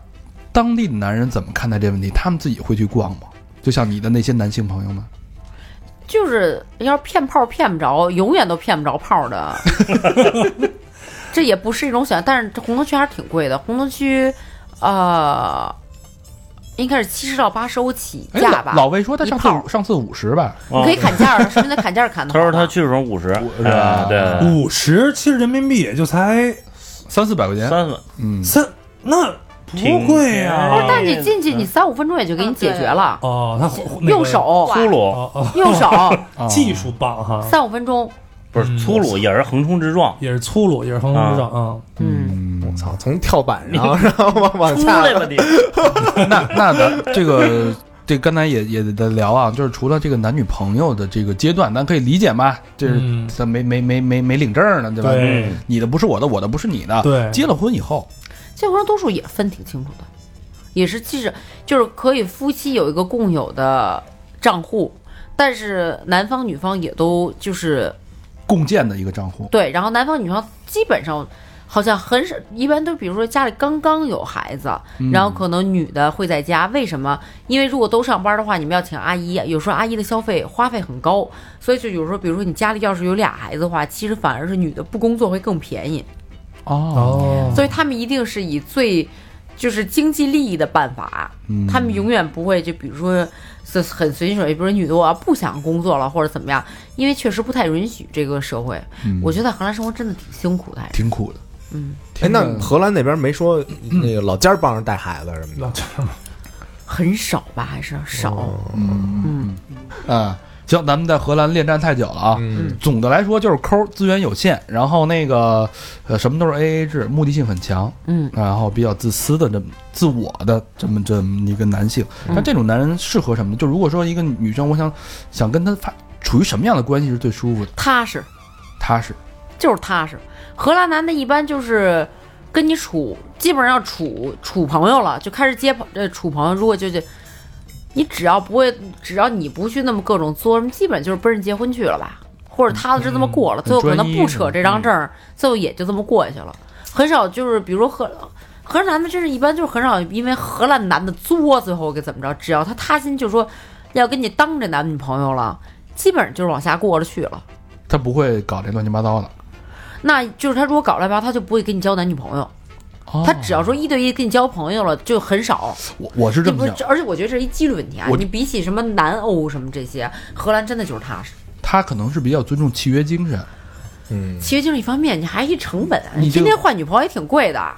C: 当地的男人怎么看待这问题？他们自己会去逛吗？就像你的那些男性朋友们，
E: 就是要是骗炮骗不着，永远都骗不着炮 的。这也不是一种选，但是红灯区还是挺贵的。红灯区，呃，应该是七十到八十欧起
C: 哎，
E: 价
C: 老
E: 吧。
C: 老魏说他上次
E: 一炮
C: 上次五十吧，
E: 你
G: 哦
E: 可以砍价儿，是不是得啊砍价儿砍的？
G: 他说他去的时候五十，
C: 是吧
G: 哎对，
B: 五十其实人民币也就才
C: 三四百块钱，
G: 三万，
C: 嗯，
B: 三，那不贵
G: 挺便宜
B: 呀
G: 不是，
E: 哦但你进去，你三五分钟也就给你解决了。
B: 哦，他那个
E: 右手，
G: 粗鲁
B: 哦哦，
E: 右手，
C: 啊
B: 技术棒哈，
E: 三五分钟。
G: 不是粗鲁，也是横冲直撞，
B: 也是粗鲁，也是横冲直撞啊，
E: 嗯，
D: 我操，从跳板上，然后往往
G: 出
D: 下
G: 来，了你，
C: 那那咱这个这刚才也也得聊啊，就是除了这个男女朋友的这个阶段，咱可以理解嘛，这是
B: 嗯
C: 咱没没没没没领证呢，对吧？
B: 对
G: 嗯，
C: 你的不是我的，我的不是你的。
B: 对
C: 结了婚以后，
E: 结婚多数也分挺清楚的，也是即使就是可以夫妻有一个共有的账户，但是男方女方也都就是
C: 共建的一个账户，
E: 对，然后男方女方基本上。好像很少，一般都比如说家里刚刚有孩子，然后可能女的会在家。为什么？因为如果都上班的话，你们要请阿姨，有时候阿姨的消费花费很高，所以就有时候，比如说你家里要是有俩孩子的话，其实反而是女的不工作会更便宜。
C: 哦，
B: 哦，
E: 所以他们一定是以最就是经济利益的办法，
C: 嗯
E: 他们永远不会就比如说是很随心所欲，比如说女的我要不想工作了或者怎么样，因为确实不太允许这个社会。我觉得在荷兰生活真的挺辛苦的，还是
C: 嗯挺苦的。
E: 嗯，
D: 哎，
C: 听着
D: 那荷兰那边没说那个老家儿帮着带孩子什么的，
B: 老这么
E: 很少吧，还是少。嗯
C: 啊，行，咱们在荷兰恋战太久了啊。
D: 嗯，
C: 总的来说就是抠资源有限，然后那个呃什么都是 A A 制，目的性很强，
E: 嗯，
C: 然后比较自私的这么自我的这么这么一个男性。那这种男人适合什么呢？就如果说一个女生，我想想跟他发处于什么样的关系是最舒服的、
E: 踏实
C: 踏实？
E: 就是踏实。荷兰男的一般就是跟你处，基本上要处处朋友了，就开始接朋呃处朋友。如果就就你只要不会，只要你不去那么各种作什么，基本就是奔着结婚去了吧，或者踏踏实实这么过了，最后可能不扯这张证儿，最后也就这么过去了。很少就是比如说荷荷兰男的，真是一般就是很少因为荷兰男的作最后给怎么着，只要他踏心就说要跟你当这男女朋友了，基本就是往下过了去了。
C: 他不会搞这乱七八糟的。
E: 那就是他如果搞乱七八糟，他就不会跟你交男女朋友。
C: 哦
E: 他只要说一对一跟你交朋友了，就很少。
C: 我我是
E: 这
C: 这
E: 不
C: 么
E: 是
C: 想，，
E: 而且我觉得这是一纪律问题啊
C: 我！
E: 你比起什么南欧什么这些，荷兰真的就是踏实。
C: 他可能是比较尊重契约精神，
D: 嗯，
E: 其实就是一方面，你还一成本，
C: 你
E: 你
C: 这
E: 天
C: 个
E: 天换女朋友也挺贵的。
C: 啊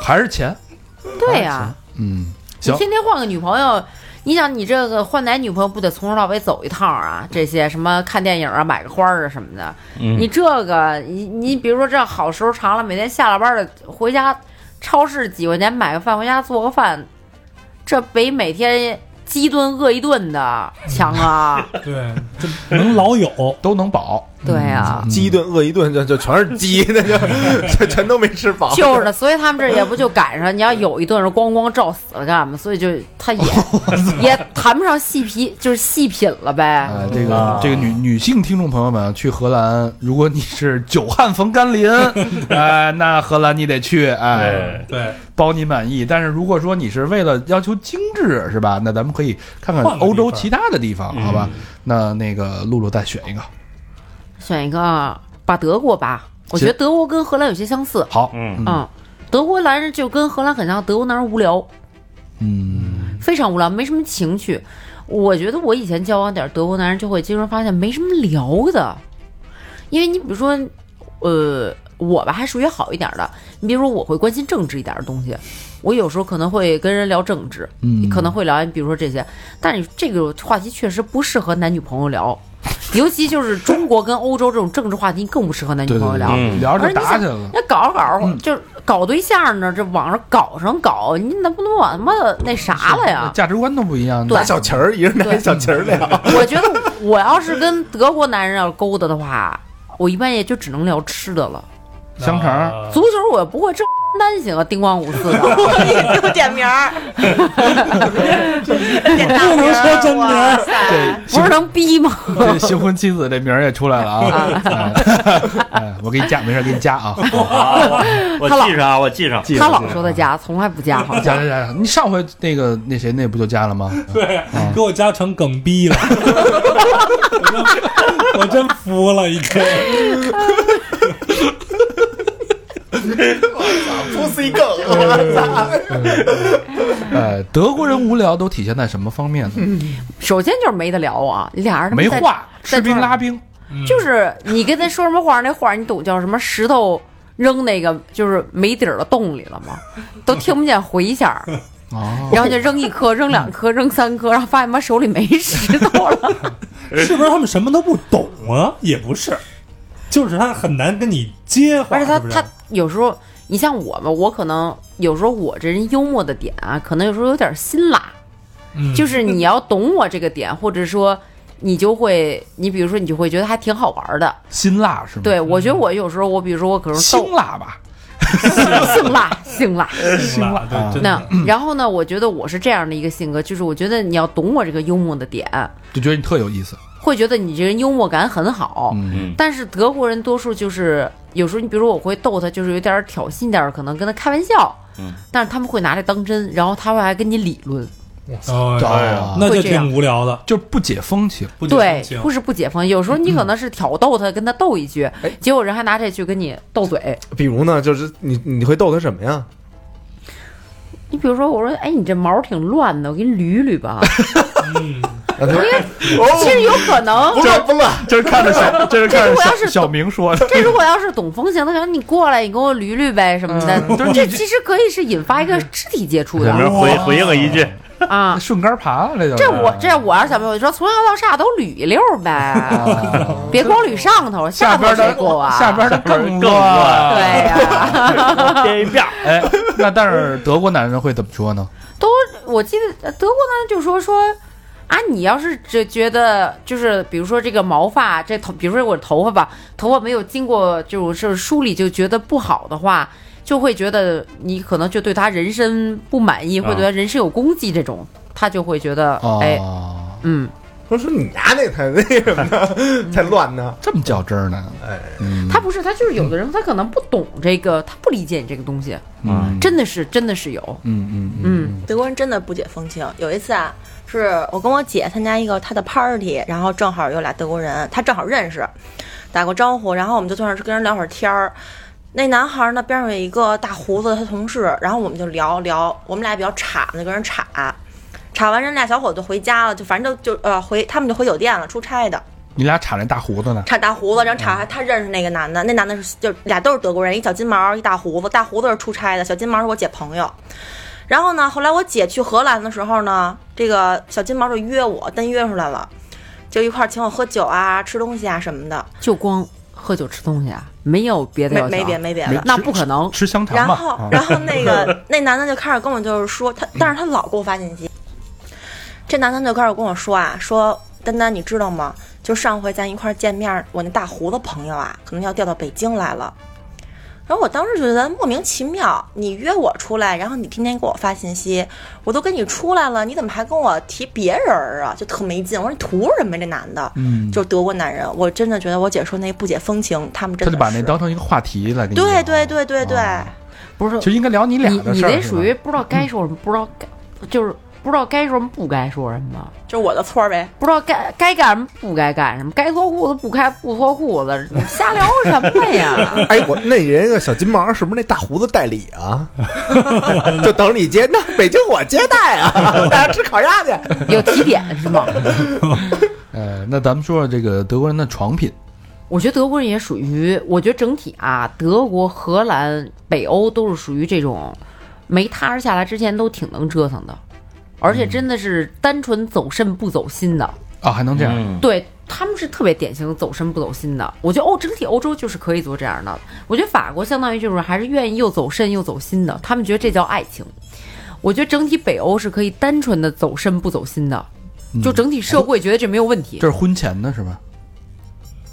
C: 还是钱？
E: 对呀、
C: 嗯，
E: 你
C: 行，
E: 天天换个女朋友，你想，你这个换男女朋友不得从头到尾走一趟啊？这些什么看电影啊、买个花儿啊什么的，
G: 嗯
E: 你这个你你比如说这好时候长了，每天下了班了回家，超市几块钱买个饭，回家做个饭，这比每天饥顿饿一顿的强啊！
B: 对，这能老有，
C: 都能饱。
E: 对啊，
D: 饥一顿饿一顿，这就全是鸡，那就就全都没吃饱。
E: 就是的，所以他们这也不就赶上，你要有一顿是咣咣照死了干嘛？所以就他也也谈不上细皮，就是细品了呗。
C: 哎，这个
B: 啊
C: 这个女女性听众朋友们去荷兰，如果你是久旱逢甘 霖，哎，那荷兰你得去，哎，
B: 对，
C: 包你满意。但是如果说你是为了要求精致，是吧？那咱们可以看看
B: 换个地方嗯
C: 欧洲其他的地方，好吧？那那个露露再选一个，
E: 选一个吧，德国吧，我觉得德国跟荷兰有些相似。
C: 好，
G: 嗯
E: 嗯，德国男人就跟荷兰很像，德国男人无聊，
C: 嗯，
E: 非常无聊，没什么情趣。我觉得我以前交往点德国男人，就会经常发现没什么聊的，因为你比如说，呃，我吧还属于好一点的，你比如说我会关心政治一点的东西，我有时候可能会跟人聊政治，
C: 嗯
E: 可能会聊，比如说这些，但是这个话题确实不适合男女朋友聊，尤其就是中国跟欧洲这种政治话题更不适合男女
C: 对
E: 朋友
C: 对
E: 聊。
C: 对，
G: 嗯
C: 聊着
E: 而
C: 就
E: 且你
C: 打
E: 想
C: 起来了，
E: 那搞着搞
C: 嗯
E: 着，就是搞对象呢，这网上搞上搞，你能不能往他妈的那啥了呀？
C: 价值观都不一样，
E: 对
D: 拿小旗儿，一人拿一小旗儿聊。
E: 我觉得我要是跟德国男人要勾搭的话，我一般也就只能聊吃的了。
C: 香肠，
E: 足球我也不会，这 单行啊，叮咣五四的。
F: 又点名儿，点大名
B: 不能说
F: 儿，
B: 真名
F: 哇
B: 儿
F: 塞！
E: 不是能逼吗？
C: 这新婚妻子这名儿也出来了啊！哎哎，我给你加，没事给你加 啊，
G: 啊，我记上啊，我记上。
E: 他老说他加，从来不加， 好
C: 加
E: 像
C: 加加加！你上回那个那谁那不就加了吗？
B: 对，
C: 啊
B: 给我加成梗逼了， 我真我真服了，已 经。
D: Pussy Go，
C: 呃，德国人无聊都体现在什么方面呢？
E: 首先就是没得聊啊，你俩人他妈
C: 没
E: 在，
C: 话，
E: 嗯在
C: 吃冰拉冰，
B: 嗯
E: 就是你跟他说什么话，那话你懂叫什么石头扔那个就是没底儿的洞里了吗？都听不见回响儿。
C: 哦，
E: 然后就扔一颗，扔两颗，扔三颗，然后发现妈手里没石头了。
B: 是不是他们什么都不懂啊？也不是，就是他很难跟你接话，
E: 而且他
B: 是不是啊
E: 他有时候，你像我们，我可能有时候我这人幽默的点啊，可能有时候有点辛辣，
B: 嗯
E: 就是你要懂我这个点，或者说你就会，你比如说你就会觉得还挺好玩的。
C: 辛辣是吗？
E: 对，我觉得我有时候我比如说我可能
C: 辛
E: 逗
C: 辣吧，
E: 性辣性辣，
B: 辛辣，
C: 啊
B: 对，真
E: 那
B: 的
E: 然后呢，我觉得我是这样的一个性格，就是我觉得你要懂我这个幽默的点，
C: 就觉得你特有意思。
E: 会觉得你这人幽默感很好。
C: 嗯，
G: 嗯
E: 但是德国人多数就是有时候，你比如说我会逗他，就是有点挑衅点儿，可能跟他开玩笑，
G: 嗯，
E: 但是他们会拿这当真，然后他会还跟你理论，
B: 哦
C: 哎
B: 呀
C: 呀，
B: 那就
E: 会这样
B: 挺无聊的，
C: 就不解风情，
B: 不解
E: 对
B: 风，情
E: 不是不解风。有时候你可能是挑逗他，跟他斗一句，
C: 嗯哎
E: 结果人还拿这去跟你 斗嘴。
D: 比如呢，就是你你会逗他什么呀？
E: 你比如说，我说，哎，你这毛挺乱的，我给你捋一 捋吧。哦
B: 嗯
D: 啊 他说
E: 其实有可 能，
D: 乱不乱？
C: 这是看着小，这是看着
E: 这如果要
C: 小
E: 是
C: 小明说的，
E: 这如果要是懂风情，他想你过来，你给我捋捋呗什么的，
C: 嗯
E: 这其实可以是引发一个肢体接触
G: 有没
E: 的
G: 有回回应了一句？
E: 啊。
C: 顺杆爬这就
E: 这我这我要是小朋友，我就说从小到大都捋一溜儿呗，
C: 啊
E: 别光捋上头，
C: 下
E: 头
C: 边
E: 谁
C: 的
E: 过啊？
C: 下边的
G: 更
C: 乱，
G: 乱
E: 对呀、
G: 颠一遍儿，
C: 哎，那但是德国男人会怎么说呢？
E: 都我记得呃德国呢就说说啊，你要是只觉得就是比如说这个毛发这头，比如说我头发吧，头发没有经过就是梳理就觉得不好的话。就会觉得你可能就对他人身不满意，
G: 啊
E: 会对他人身有攻击，这种他就会觉得，哎，
C: 嗯哦，
E: 嗯，
D: 我说你拿那才那什 么呢？才乱呢？
C: 这么较真儿呢？
D: 哎，
C: 嗯
E: 他不是他就是有的人他可能不懂这个，他不理解你这个东西，
C: 嗯
E: 真的是真的是有，
C: 嗯嗯嗯
E: 嗯，
F: 德国人真的不解风情。有一次啊，是我跟我姐参加一个她的 party，然后正好有俩德国人，她正好认识，打过招呼，然后我们就坐那儿跟人聊会儿天儿。那男孩儿呢，边上有一个大胡子的他同事，然后我们就聊聊，我们俩比较岔，就跟人岔，岔完人俩小伙子就回家了，就反正就就呃回他们就回酒店了，出差的。
C: 你俩插那大胡子呢？
F: 铲大胡子，然后
E: 嗯
F: 铲他认识那个男的，那男的是就俩都是德国人，一小金毛，一大胡子，大胡子是出差的，小金毛是我姐朋友。然后呢，后来我姐去荷兰的时候呢，这个小金毛就约我，单约出来了，就一块儿请我喝酒啊、吃东西啊什么的，
E: 就光喝酒吃东西啊，没有别的
F: 没没
E: 要求啊，
F: 别没别的。
E: 那不可能。
C: 吃香肠
F: 然
C: 嘛。
F: 后
C: 啊，
F: 然后那 个那男的就开始跟我就是说他，但是他老给我发信息。这男的就开始跟我说啊，说丹丹，你知道吗？就上回咱一块儿见面，我那大胡子朋友啊，可能要调到北京来了。然后我当时觉得莫名其妙，你约我出来，然后你天天给我发信息，我都跟你出来了，你怎么还跟我提别人儿啊？就特没劲。我说你图什么呀？这男的，
C: 嗯，
F: 就是德国男人。我真的觉得我姐说那不解风情，他们真
C: 他
F: 的
C: 就把
F: 是
C: 那当成一个话题来跟你
F: 对
C: 聊
F: 对，对对对，
C: 哦
E: 不是
C: 其实应该聊你俩
E: 你
C: 的
E: 你
C: 事儿。
E: 这
C: 是
E: 属
C: 吧
E: 于不知道该说什么，不知道该就是不知道该说什么，不该说什么，
F: 就是我的错儿呗。
E: 不知道该该干什么，不该干什么，该脱裤子不该不脱裤子，瞎聊什么
F: 嗯
E: 呀？
D: 哎，我那人家小金毛是不是那大胡子代理啊？ 就等你接，那北京我接待 啊，大家吃烤鸭去。
E: 有提点是吗？
C: 呃，那咱们说说这个德国人的床品，
E: 我觉得德国人也属于，我觉得整体啊，德国、荷兰、北欧都是属于这种没踏实下来之前都挺能折腾的，而且真的是单纯走肾不走心的。
C: 啊，还能这样？
G: 嗯，
E: 对，他们是特别典型的走肾不走心的。我觉得欧整体欧洲就是可以做这样的。我觉得法国相当于就是还是愿意又走肾又走心的，他们觉得这叫爱情。我觉得整体北欧是可以单纯的走肾不走心的，
C: 嗯
E: 就整体社会觉得这没有问题。
C: 这是婚前的是吧？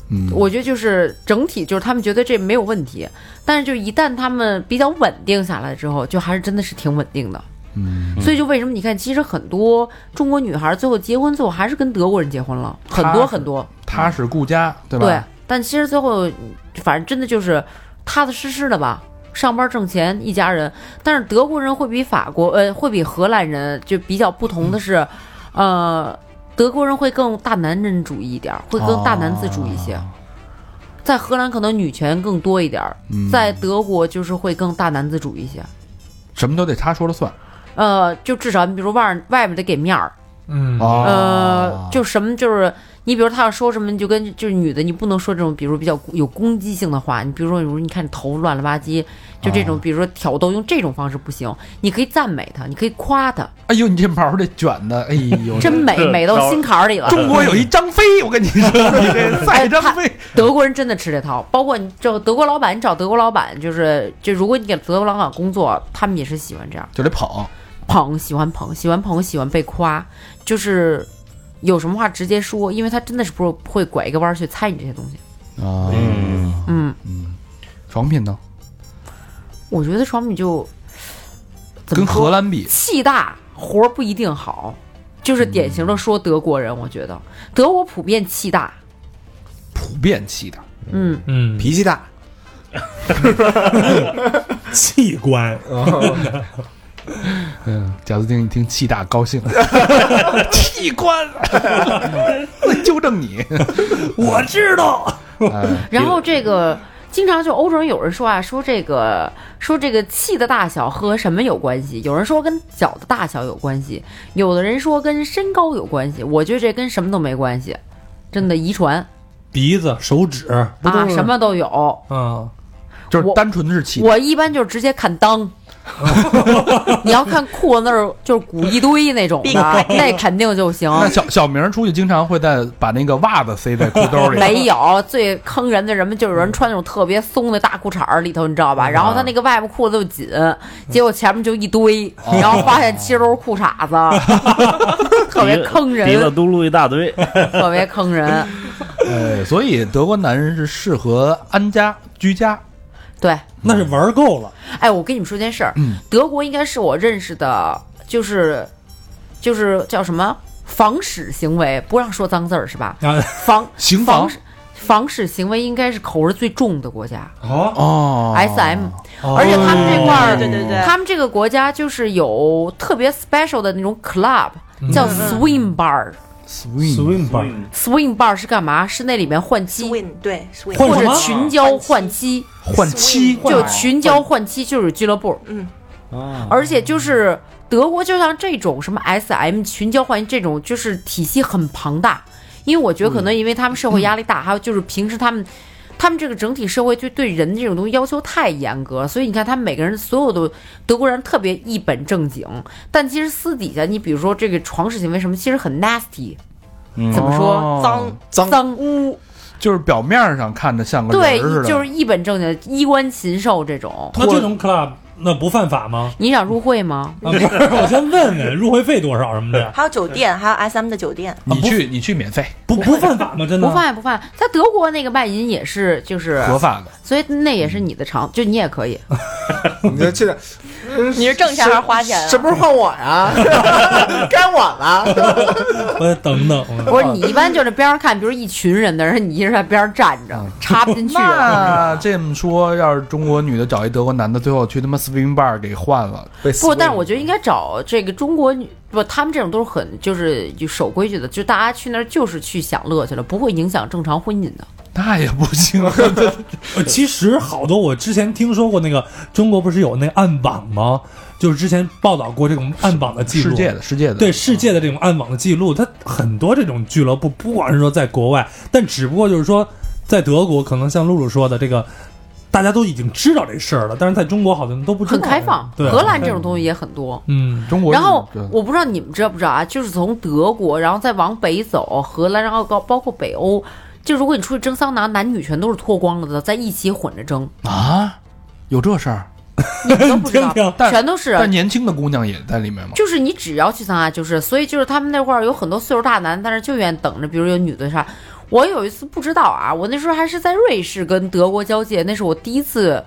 C: 嗯，
E: 我觉得就是整体就是他们觉得这没有问题，但是就一旦他们比较稳定下来之后，就还是真的是挺稳定的。
C: 嗯，
E: 所以就为什么你看，其实很多中国女孩最后结婚最后还是跟德国人结婚了，很
C: 踏
E: 多
C: 实
E: 很多。
C: 踏实顾家，对吧？
E: 对，但其实最后，反正真的就是踏踏实实的吧，上班挣钱，一家人。但是德国人会比法国，呃，会比荷兰人就比较不同的是，呃，德国人会更大男人主义一点儿，会更大男子
C: 哦
E: 主义一些。在荷兰可能女权更多一点儿，
C: 嗯
E: 在德国就是会更大男子主义一些。
C: 什么都得他说了算
E: 呃，就至少你比如外外面得给面儿，
B: 嗯，
E: 呃
C: 哦，，
E: 就什么就是你，比如他要说什么，你就跟就是女的，你不能说这种，比如比较有攻击性的话。你比如说，比如你看你头乱了吧唧，就这
C: 哦
E: 种，比如说挑逗，用这种方式不行。你可以赞美他，你可以夸他，
C: 哎呦，你这毛儿这卷的，哎 呦，
E: 真 美，美到心坎儿里了。
C: 中国有一张飞，我跟 你说，你这赛张飞，
E: 德国人真的吃这套，包括你找德国老板，你找德国老板，就是就如果你给德国老板工作，他们也是喜欢这样
C: 就得捧。
E: 捧，喜欢捧，喜欢捧，喜欢被夸，就是有什么话直接说，因为他真的是不会拐一个弯儿去猜你这些东西。
C: 啊，
G: 嗯
E: 嗯。
C: 床品呢？
E: 我觉得床品就怎
C: 跟
E: 么说
C: 荷兰比，
E: 气大活儿不一定好，就是典型的说德国人。我觉得德国普遍气大，
C: 普遍气的，
E: 嗯，
B: 嗯，
D: 脾气大，
B: 器官，
C: 嗯，贾斯汀一听气大高兴，器官，我纠正你，
B: 我知道，
C: 哎
E: 然后这个。经常就欧洲人有人说啊，说这个说这个气的大小和什么有关系？有人说跟脚的大小有关系，有的人说跟身高有关系。我觉得这跟什么都没关系，真的遗传
B: 鼻子、手指，不
E: 啊
B: 都，是
E: 什？么都有。
B: 嗯，
C: 就是
E: 我
C: 单纯的是气，
E: 我一般就直接 看裆，你要看裤子那儿就是鼓一堆那种的，那肯定就行。
C: 那小小明儿出去经常会在把那个袜子塞在裤兜里，
E: 没有，最坑人的人们就是有人穿那种特别松的大裤衩儿里头，你知道吧？然后他那个外面裤子又紧，结果前面就一堆，然后发现其实都是裤衩子，特别坑
G: 鼻子
E: 人，
G: 嘟噜一大堆，
E: 特别坑人。
C: 哎，所以德国男人是适合安家居家，
E: 对，
B: 那是玩够了，
E: 哎，我跟你们说件事儿，
C: 嗯
E: 德国应该是我认识的，就是就是叫什么防屎行为，不让说脏字儿是吧？
B: 啊
E: 防
C: 行
E: 防
C: 房
E: 止防止行为应该是口味最重的国家、
B: 哦，
C: 哦
E: s m 而且他们这块儿，
F: 对对对
E: 他们这个国家就是有特别 special 的那种 club，
B: 嗯
E: 叫 swing bar、
C: swing
B: swim 吧，
E: swing bar 是干嘛？是那里面换妻
F: swing 对 swing
B: 换
E: 或
B: 什
E: 者
B: 么
E: 群交换
F: 换
E: 妻，
C: 换啊妻
E: 就群交换妻就是俱乐部，
F: 嗯，
E: 而且就是德国，就像这种什么 S M 群交换这种，
C: 嗯
E: 就是体系很庞大。因为我觉得可能因为他们社会压力大，还有就是平时他们。他们这个整体社会就对人的这种东西要求太严格，所以你看他们每个人所有的德国人特别一本正经，但其实私底下你比如说这个床事行为什么，其实很 nasty，怎么说？
C: 哦
F: 脏，
D: 脏
E: 脏污，
C: 就是表面上看着像个
E: 对
C: 人似，的，
E: 就是一本正经、衣冠禽兽这种。
B: 那这种 club 那不犯法吗？
E: 你想入会吗？
B: 啊，不是，我先问问入会费多少什么 的，
F: 还有酒店，还有 SM 的酒店，
C: 你去你去免费
B: 不不犯法吗？真的
E: 不犯不犯，在德国那个卖淫也是，就是
C: 合法的，
E: 所以那也是你的场，就你也可以。
D: 你这现在
F: 你是挣钱还是花钱啊？
D: 什么时候换我 呀？该我了。
B: 我得等等啊。
E: 不是你一般就在边上看，比如一群人的，然后你一人在边上站着，插不进去啊了。
C: 那这么说，要是中国女的找一德国男的，最后去他妈 swing bar 给换了，
E: 不，但是我觉得应该找这个中国女，不，他们这种都是很就是就守规矩的，就大家去那儿就是去享乐去了，不会影响正常婚姻的。
C: 那也不 行。啊
B: 呃，其实好多我之前听说过那个中国不是有那暗网吗？就是之前报道过这种暗网的记录，
C: 世界的世界的，
B: 对世界的这种暗网的记录，它很多这种俱乐部，不管是说在国外，但只不过就是说在德国，可能像露露说的这个，大家都已经知道这事儿了，但是在中国好像都不知道
E: 很开放，
B: 对，啊
E: 荷兰这种东西也很多。
B: 嗯，
C: 中国是。
E: 然后
C: 对
E: 我不知道你们知不知道啊，就是从德国，然后再往北走，荷兰，然后包包括北欧，就如果你出去蒸桑拿，男女全都是脱光了的，在一起混着蒸，
C: 啊，有这事儿，
E: 你们都不知
B: 听
E: 道，
B: 听，
C: 但
E: 全都是啊
C: 但年轻的姑娘也在里面吗？
E: 就是你只要去桑拿，就是所以就是他们那块儿有很多岁数大男，但是就愿意等着，比如有女的啥。我有一次不知道啊，我那时候还是在瑞士跟德国交界，那是我第一次。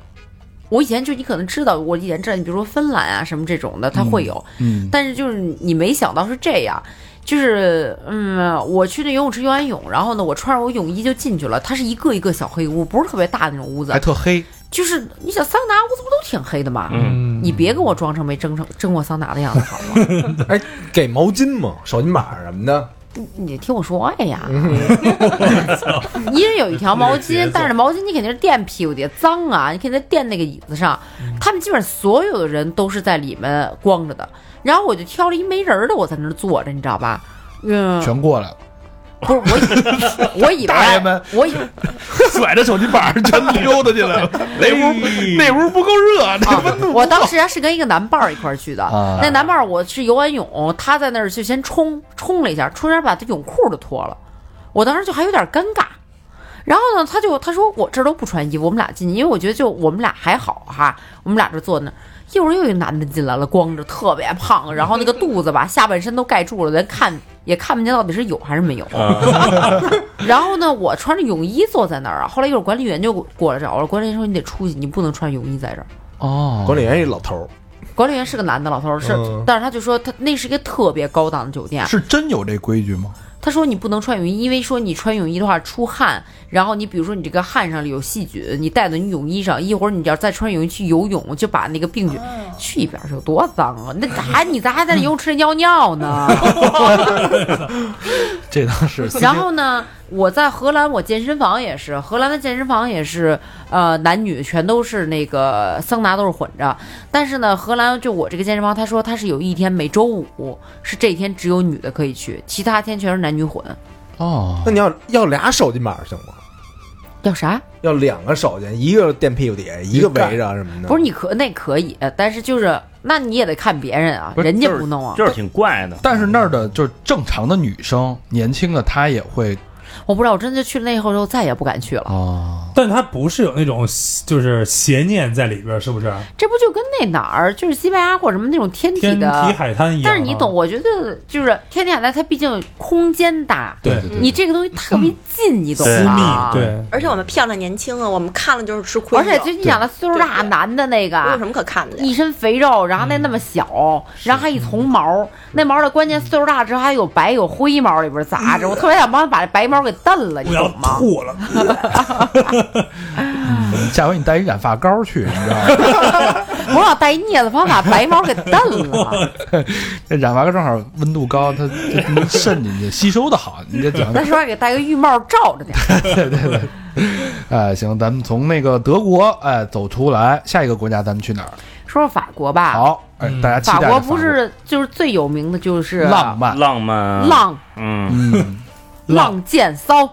E: 我以前就你可能知道，我以前知道，你比如说芬兰啊什么这种的，它会有，
C: 嗯，
E: 但是就是你没想到是这样，就是嗯，我去那游泳池游完泳，然后呢，我穿上我泳衣就进去了，它是一个一个小黑屋，不是特别大那种屋子
C: 还，特黑，
E: 就是你想桑拿屋子不都挺黑的吗？
B: 嗯，
E: 你别给我装成没蒸成蒸过桑拿的样子好吗？
D: 哎，给毛巾吗？手巾板什么的，
E: 你听我说呀， 一人有一条毛巾，但是毛巾你肯定是垫屁股底下脏啊，你肯定垫那个椅子上。他们基本上所有的人都是在里面光着的，然后我就挑了一没人儿的，我在那儿坐着，你知道吧？嗯，
C: 全过来了，
E: 不是我 以，我以为
C: 大爷们
E: 我以
C: 甩着手机板儿全 溜达进来了。哎那屋那屋不够热，那温度
E: 啊我当时还是跟一个男伴儿一块儿去的
C: 啊，
E: 那男伴儿我是游完泳，他在那儿就先冲冲了一下，冲一下把他泳裤都脱了，我当时就还有点尴尬。然后呢，他就他说我这儿都不穿衣服，我们俩进去，因为我觉得就我们俩还好哈，我们俩这坐那儿。一会儿又一男的进来了，光着，特别胖，然后那个肚子吧，下半身都盖住了，连看也看不见到底是有还是没有。 然后呢，我穿着泳衣坐在那儿啊。后来一会儿管理员就过来找我，管理员说你得出去，你不能穿泳衣在这儿。
C: 哦，
D: 嗯管理员一老头儿，
E: 管理员是个男的老头儿，是，
D: 嗯
E: 但是他就说他那是一个特别高档的酒店。
C: 是真有这规矩吗？
E: 他说你不能穿泳衣，因为说你穿泳衣的话出汗，然后你比如说你这个汗上有细菌，你带到你泳衣上，一会儿你要再穿泳衣去游泳，就把那个病菌、去一边去，有多脏啊！那还你咋还在那游泳池尿尿呢？
C: 这倒是。
E: 然后呢，我在荷兰，我健身房也是，荷兰的健身房也是，呃，男女全都是那个桑拿都是混着。但是呢，荷兰就我这个健身房，他说他是有一天每周五是这一天只有女的可以去，其他天全是男女混。
C: 哦
D: 那，你要要俩手巾板儿行吗？
E: 要啥？
D: 要两个手巾，一个垫屁股底下，一个围着什么的。
E: 不是你可那可以，但是就是那你也得看别人啊，
C: 不是
E: 人家
C: 就是
E: 不弄啊。
G: 就是挺怪的。
C: 但是那儿的就是正常的女生，年轻的她也会
E: 我不知道，我真的去了那以后就再也不敢去了。
C: 哦，
B: 但他不是有那种就是邪念在里边儿，是不是？
E: 这不就跟那哪儿，就是西班牙或者什么那种天体
B: 天体
E: 的。
B: 海滩一样啊。
E: 但是你懂，我觉得就是天体海滩，它毕竟空间大，
B: 对
C: 对
E: 你这个东西特别近，你懂啊
G: 私密
E: 吗？
B: 对。。
F: 而且我们漂亮年轻啊，我们看了就是吃亏
E: 而
F: 的，
E: 且就你想那岁数大
F: 对
E: 男的那
F: 我有
E: 个
F: 什，么可看的呀？
E: 一身肥肉，然后那
C: 嗯
E: 那么小，然后还一丛毛，那毛的关键岁数大之后还有白有灰毛
C: 嗯
E: 里边杂着，我特别想帮他把这白毛给蹬了，你
B: 我要
E: 懂吗？
B: 吐了，
C: 下回你带一染发膏去，你知道吗？
E: 我老带一镊子帮他把白毛给 蹬了。
C: 这染发膏正好温度高，它它能渗进去，吸收的好。你这 讲
E: 那时候还给戴个浴帽罩着点儿。
C: 对对对，哎，行，咱们从那个德国哎走出来，下一个国家咱们去哪儿？
E: 说说法国吧，
C: 好，哎，大家期
E: 法
C: 待着
E: 国不是就是最有名的就是
C: 浪漫，
G: 浪漫，啊
E: 浪
G: 嗯，
C: 嗯，
E: 浪剑骚。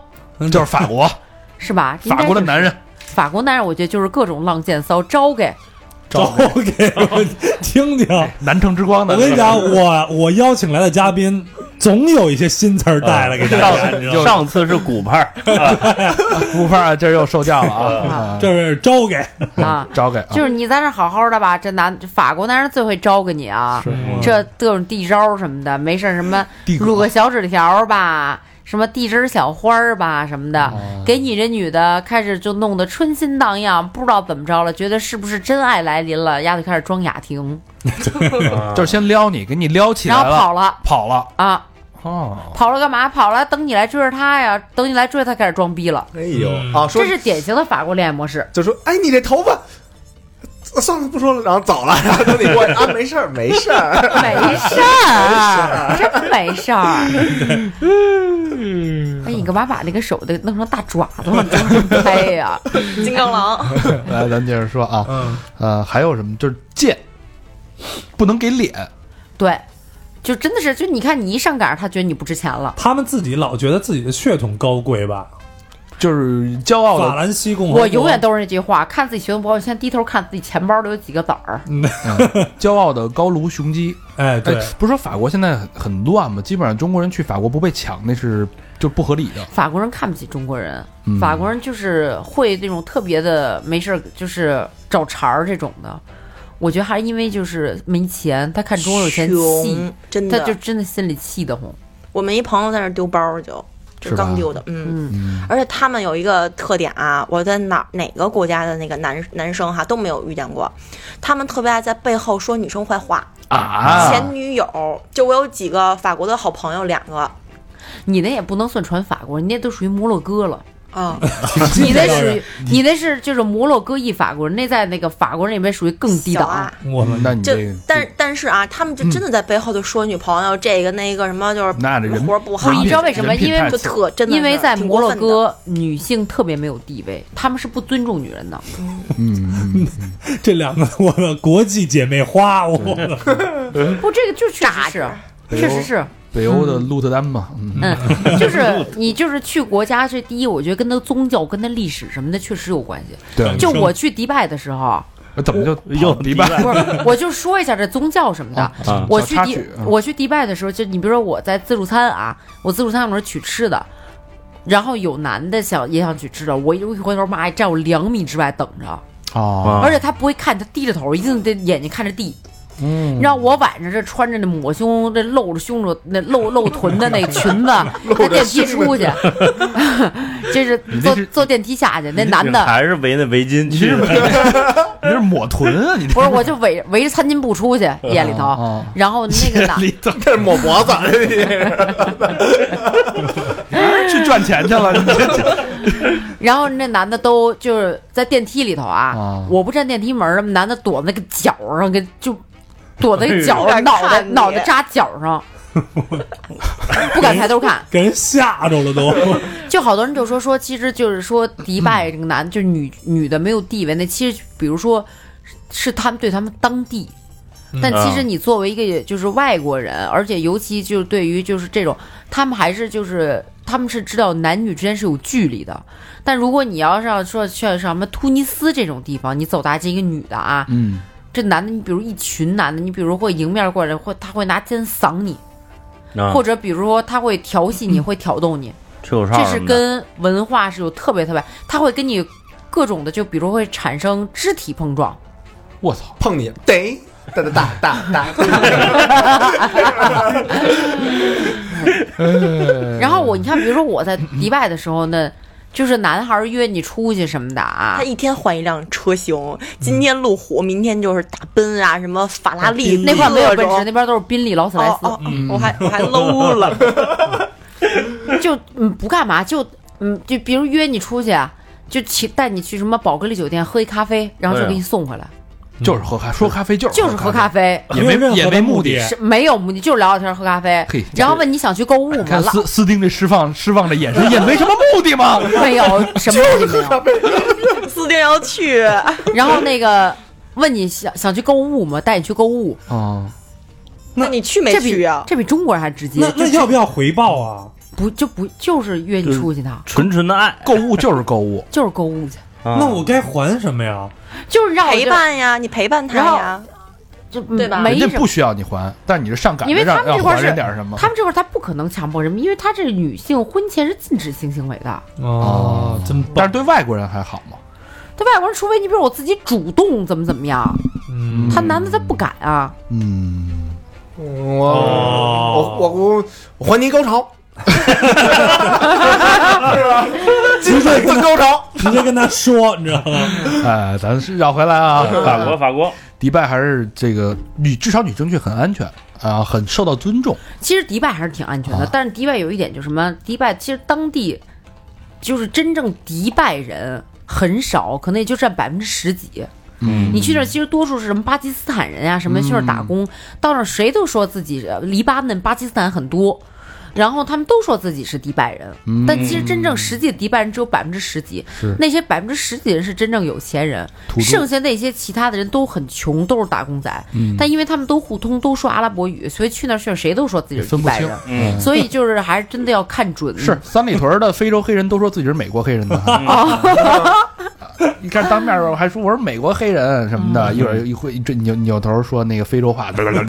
C: 就是法国，
E: 是吧？应该
C: 法国的
E: 就是
C: 男人，
E: 法国男人，我觉得就是各种浪贱骚招给。
C: 啊
B: 找
E: 啊
B: 给我听 听。
C: 南城之光的。
E: 哎
B: 我跟你讲，我我邀请来的嘉宾总有一些新词儿带来给大家，你知道吗？
G: 上次是骨 牌儿，
C: 不怕，这又受教了啊！
B: 这是招给，
E: 啊，
C: 招给啊
E: 就是你在那好好的吧，这男这法国男人最会招给你啊，
B: 嗯
E: 这各种递招什么的，没事儿什么
B: 递
E: 录个小纸条儿吧，什么递枝小花儿吧什么的，
C: 哦
E: 给你这女的开始就弄得春心荡漾，不知道怎么着了，觉得是不是真爱来临了，丫头开始装雅婷，
C: 就是先撩你，给你撩起
E: 然后
C: 来了，
E: 跑了
C: 跑了
E: 啊，
C: 哦，
E: 跑了干嘛？跑了等你来追着她呀，等你来追她开始装逼了，
D: 哎呦
B: 嗯
D: 啊，说
E: 这是典型的法国恋爱 模式。
D: 就说哎，你这头发。呃算了，不说了，然后走 了，然后等你过去啊，没事儿，没事儿，
E: 没事儿，真没事儿。 哎，你干嘛把那个手得弄成大爪子往桌上拍哎呀？
F: 金刚狼，
C: 来，咱接着说啊，
B: 嗯，
C: 呃，还有什么？就是贱，不能给脸，
E: 对，就真的是，就你看你一上赶，他觉得你不值钱了。
B: 他们自己老觉得自己的血统高贵吧？
C: 就是骄傲
B: 法
C: 的，
B: 兰西共和国，
E: 我永远都是那句话，看自己学的不好，先低头看自己钱包里有几个子儿。
C: 嗯骄傲的高卢雄鸡。
B: 哎，
C: 哎
B: 对，，
C: 不是说法国现在很很乱吗？基本上中国人去法国不被抢，那是就不合理的。
E: 法国人看不起中国人，
C: 嗯
E: 法国人就是会那种特别的没事儿，就是找茬儿这种的。我觉得还是因为就是没钱，他看中国有钱气
F: 穷，，真
E: 他
F: 的
E: 就。真的心里气得慌。
F: 我们一朋友在那儿丢包儿就。
C: 是
F: 就
C: 吧
F: 刚丢的，嗯，
E: 嗯
F: 而且他们有一个特点啊，我在哪哪个国家的那个男男生哈都没有遇见过，他们特别爱在背后说女生坏话，
C: 啊
F: 前女友，就我有几个法国的好朋友，两个，
E: 你那也不能算传法国，你那都属于摩洛哥了。
F: 啊，
E: 你那属于你那是就是摩洛哥裔法国人，那在那个法国人那边属于更 低
F: 小
E: 档。
F: 啊。
B: 我们
E: 嗯
C: 那你
F: 就
C: 嗯这
F: 但但是啊，他们就真的在背后就说女朋友这个那个什么，就是
C: 那这人
F: 活儿不好
E: 不，是你知道为什么
C: 人品
E: 因为
C: 太
F: 就
C: 次
F: 特真的是挺过分的，
E: 因为在摩洛哥，女性特别没有地位，她们是不尊重女人的。
C: 嗯，嗯嗯
B: 这两个我的国际姐妹花，我们
F: 嗯
E: 不，这个就确实是，确实是，
C: 北欧的鹿特丹嘛，嗯，
F: 哎
E: 嗯，就是你就是去国家，这第一，我觉得跟它宗教、跟它历史什么的确实有关系。
C: 对，
E: 就我去迪拜的时候，
C: 怎 么就
G: 又
E: 哦
C: 迪拜？
E: 不是，我就说一下这宗教什么
F: 哦
E: 的。
G: 啊
E: 我
C: 小
E: 去
C: 插
E: 迪
C: 曲嗯
E: 我去迪拜的时候，就你比如说我在自助餐啊，我自助餐里面取吃的，然后有男的想也想取吃的，我一回头，妈呀，站我两米之外等着，
C: 啊，
G: 啊
E: 而且他不会看，他低着头，一定得眼睛看着地。
C: 嗯
E: 你知道我晚上这穿着那抹胸、那露着胸着、那露露臀的那裙 子，在电梯出去， 这是坐坐电梯下去，那男的
G: 还是围那围巾去的，
C: 你是抹臀啊，你
E: 不是，我就围围着餐巾布出去，夜里头，
C: 啊
E: 然后那 个男
D: 这是抹脖子，
C: 去赚钱去 了，你这
E: 然后那男的都就是在电梯里头啊，
C: 啊
E: 我不站电梯门儿，男的躲那个角上，给就躲那个角
F: 哎
E: 上，
F: 呦
E: 脑
F: 不敢
E: 袋
F: 看你
E: 脑袋扎角 上，不敢抬头看。
B: 给人吓着了 都。
E: 就好多人就说说，其实就是说迪拜这个男就是女女的没有地位，那其实比如说是他们对他们当地。但其实你作为一个就是外国人，而且尤其就是对于就是这种，他们还是就是他们是知道男女之间是有距离的。但如果你要是要说去什么突尼斯这种地方，你走大街一个女的啊，
C: 嗯，
E: 这男的你比如一群男的，你比如会迎面过来，会他会拿肩搡你，
G: 啊
E: 或者比如说他会调戏你，会挑逗你。
G: 吹口哨
E: 这
G: 什
E: 是
G: 么的
E: 跟文化是有特别特别，它会跟你各种的，就比如会产生肢体碰撞。
C: 我操，
D: 碰你得哒哒哒哒哒，
E: 然后我，你看，比如说我在迪拜的时候呢，就是男孩约你出去什么的啊
F: 他，一天换一辆车型，今天路虎，明天就是大奔啊，什么法拉利，
E: 那块没有
F: 各
E: 奔
F: 种
E: 驰，那边都是宾利、劳斯莱
F: 哦
E: 斯，
F: 哦，哦我还我还 low 了，哦
E: 就嗯不干嘛，就嗯就比如约你出去啊，就请带你去什么宝格丽酒店喝一咖啡，然后就
G: 对啊
E: 给你送回来，
C: 就是喝咖，说咖啡就是
E: 就是喝咖
C: 啡，
E: 啡。
C: 也
B: 没有
C: 没
B: 任何
C: 也
B: 的
C: 没
B: 目
C: 的
B: 的。
E: 是没有目的，就是聊聊天、喝咖啡
C: 嘿，
E: 然后问你想去购物
C: 你
E: 吗？
C: 看
E: 了
C: 斯斯丁这释放释放的眼神，也没什么目的 嘛。
E: 没有什么目的没有，
F: 四定要去，
E: 然后那个问你想想去购物吗？带你去购物，
C: 啊，
F: 那你去没
E: 这比
F: 去啊？
E: 这比中国人还直接
B: 那。那要不要回报啊？
E: 不就不就是约你出去呢，
G: 纯纯的爱，
C: 购物就是购物，
E: 就是购物去，
G: 啊
B: 那我该还什么呀？
E: 就是让我
F: 陪
E: 就
F: 伴呀，你陪伴他呀，
E: 就嗯
F: 对吧
E: 啊没
C: 人家
E: 什么
C: 不。需要你还，但你是上赶
E: 因
C: 着
E: 为他
C: 让
E: 们
C: 要
E: 这块
C: 还
E: 是
C: 人点什么。
E: 他们这块儿他不可能强迫人们，因为他这女性婚前是禁止性行为的。
B: 哦，真棒！
C: 但是对外国人还好嘛？
E: 对外国人，除非你比如我自己主动怎么怎么样，
B: 嗯，
E: 他男的他不敢啊。
C: 嗯，
D: 我、
B: 哦
D: 我我我我还你高 潮，
B: 直接跟高潮，直接跟他说，你知道 吗？
C: 哎，咱是绕回来啊，
G: 法国法国，
C: 迪拜还是这个女，至少女性去很安全啊，很受到尊重。
E: 其实迪拜还是挺安全的，
C: 啊
E: 但是迪拜有一点就是什么？迪拜其实当地就是真正迪拜人很少，可能也就占百分之十几。
C: 嗯
E: 你去那儿其实多数是什么巴基斯坦人呀、什么去那儿打工，到那儿谁都说自己呃黎巴嫩、巴基斯坦很多。然后他们都说自己是迪拜人，但其实真正实际的迪拜人只有百分之十几
C: 嗯是，
E: 那些百分之十几的人是真正有钱人，
C: 土著
E: 剩下那些其他的人都很穷，都是打工仔。
C: 嗯
E: 但因为他们都互通，都说阿拉伯语，所以去那儿去谁都说自己
C: 也
E: 是
C: 分
E: 迪
C: 不
E: 拜
C: 清
E: 人。。
G: 嗯，
E: 所以就是还是真的要看准。
C: 是三里屯的非洲黑人都说自己是美国黑人 的，
E: 哦
C: 你看当面儿我还说我是美国黑人什么的，
E: 嗯
C: 一会儿一会这扭扭头说那个非洲 话，不让说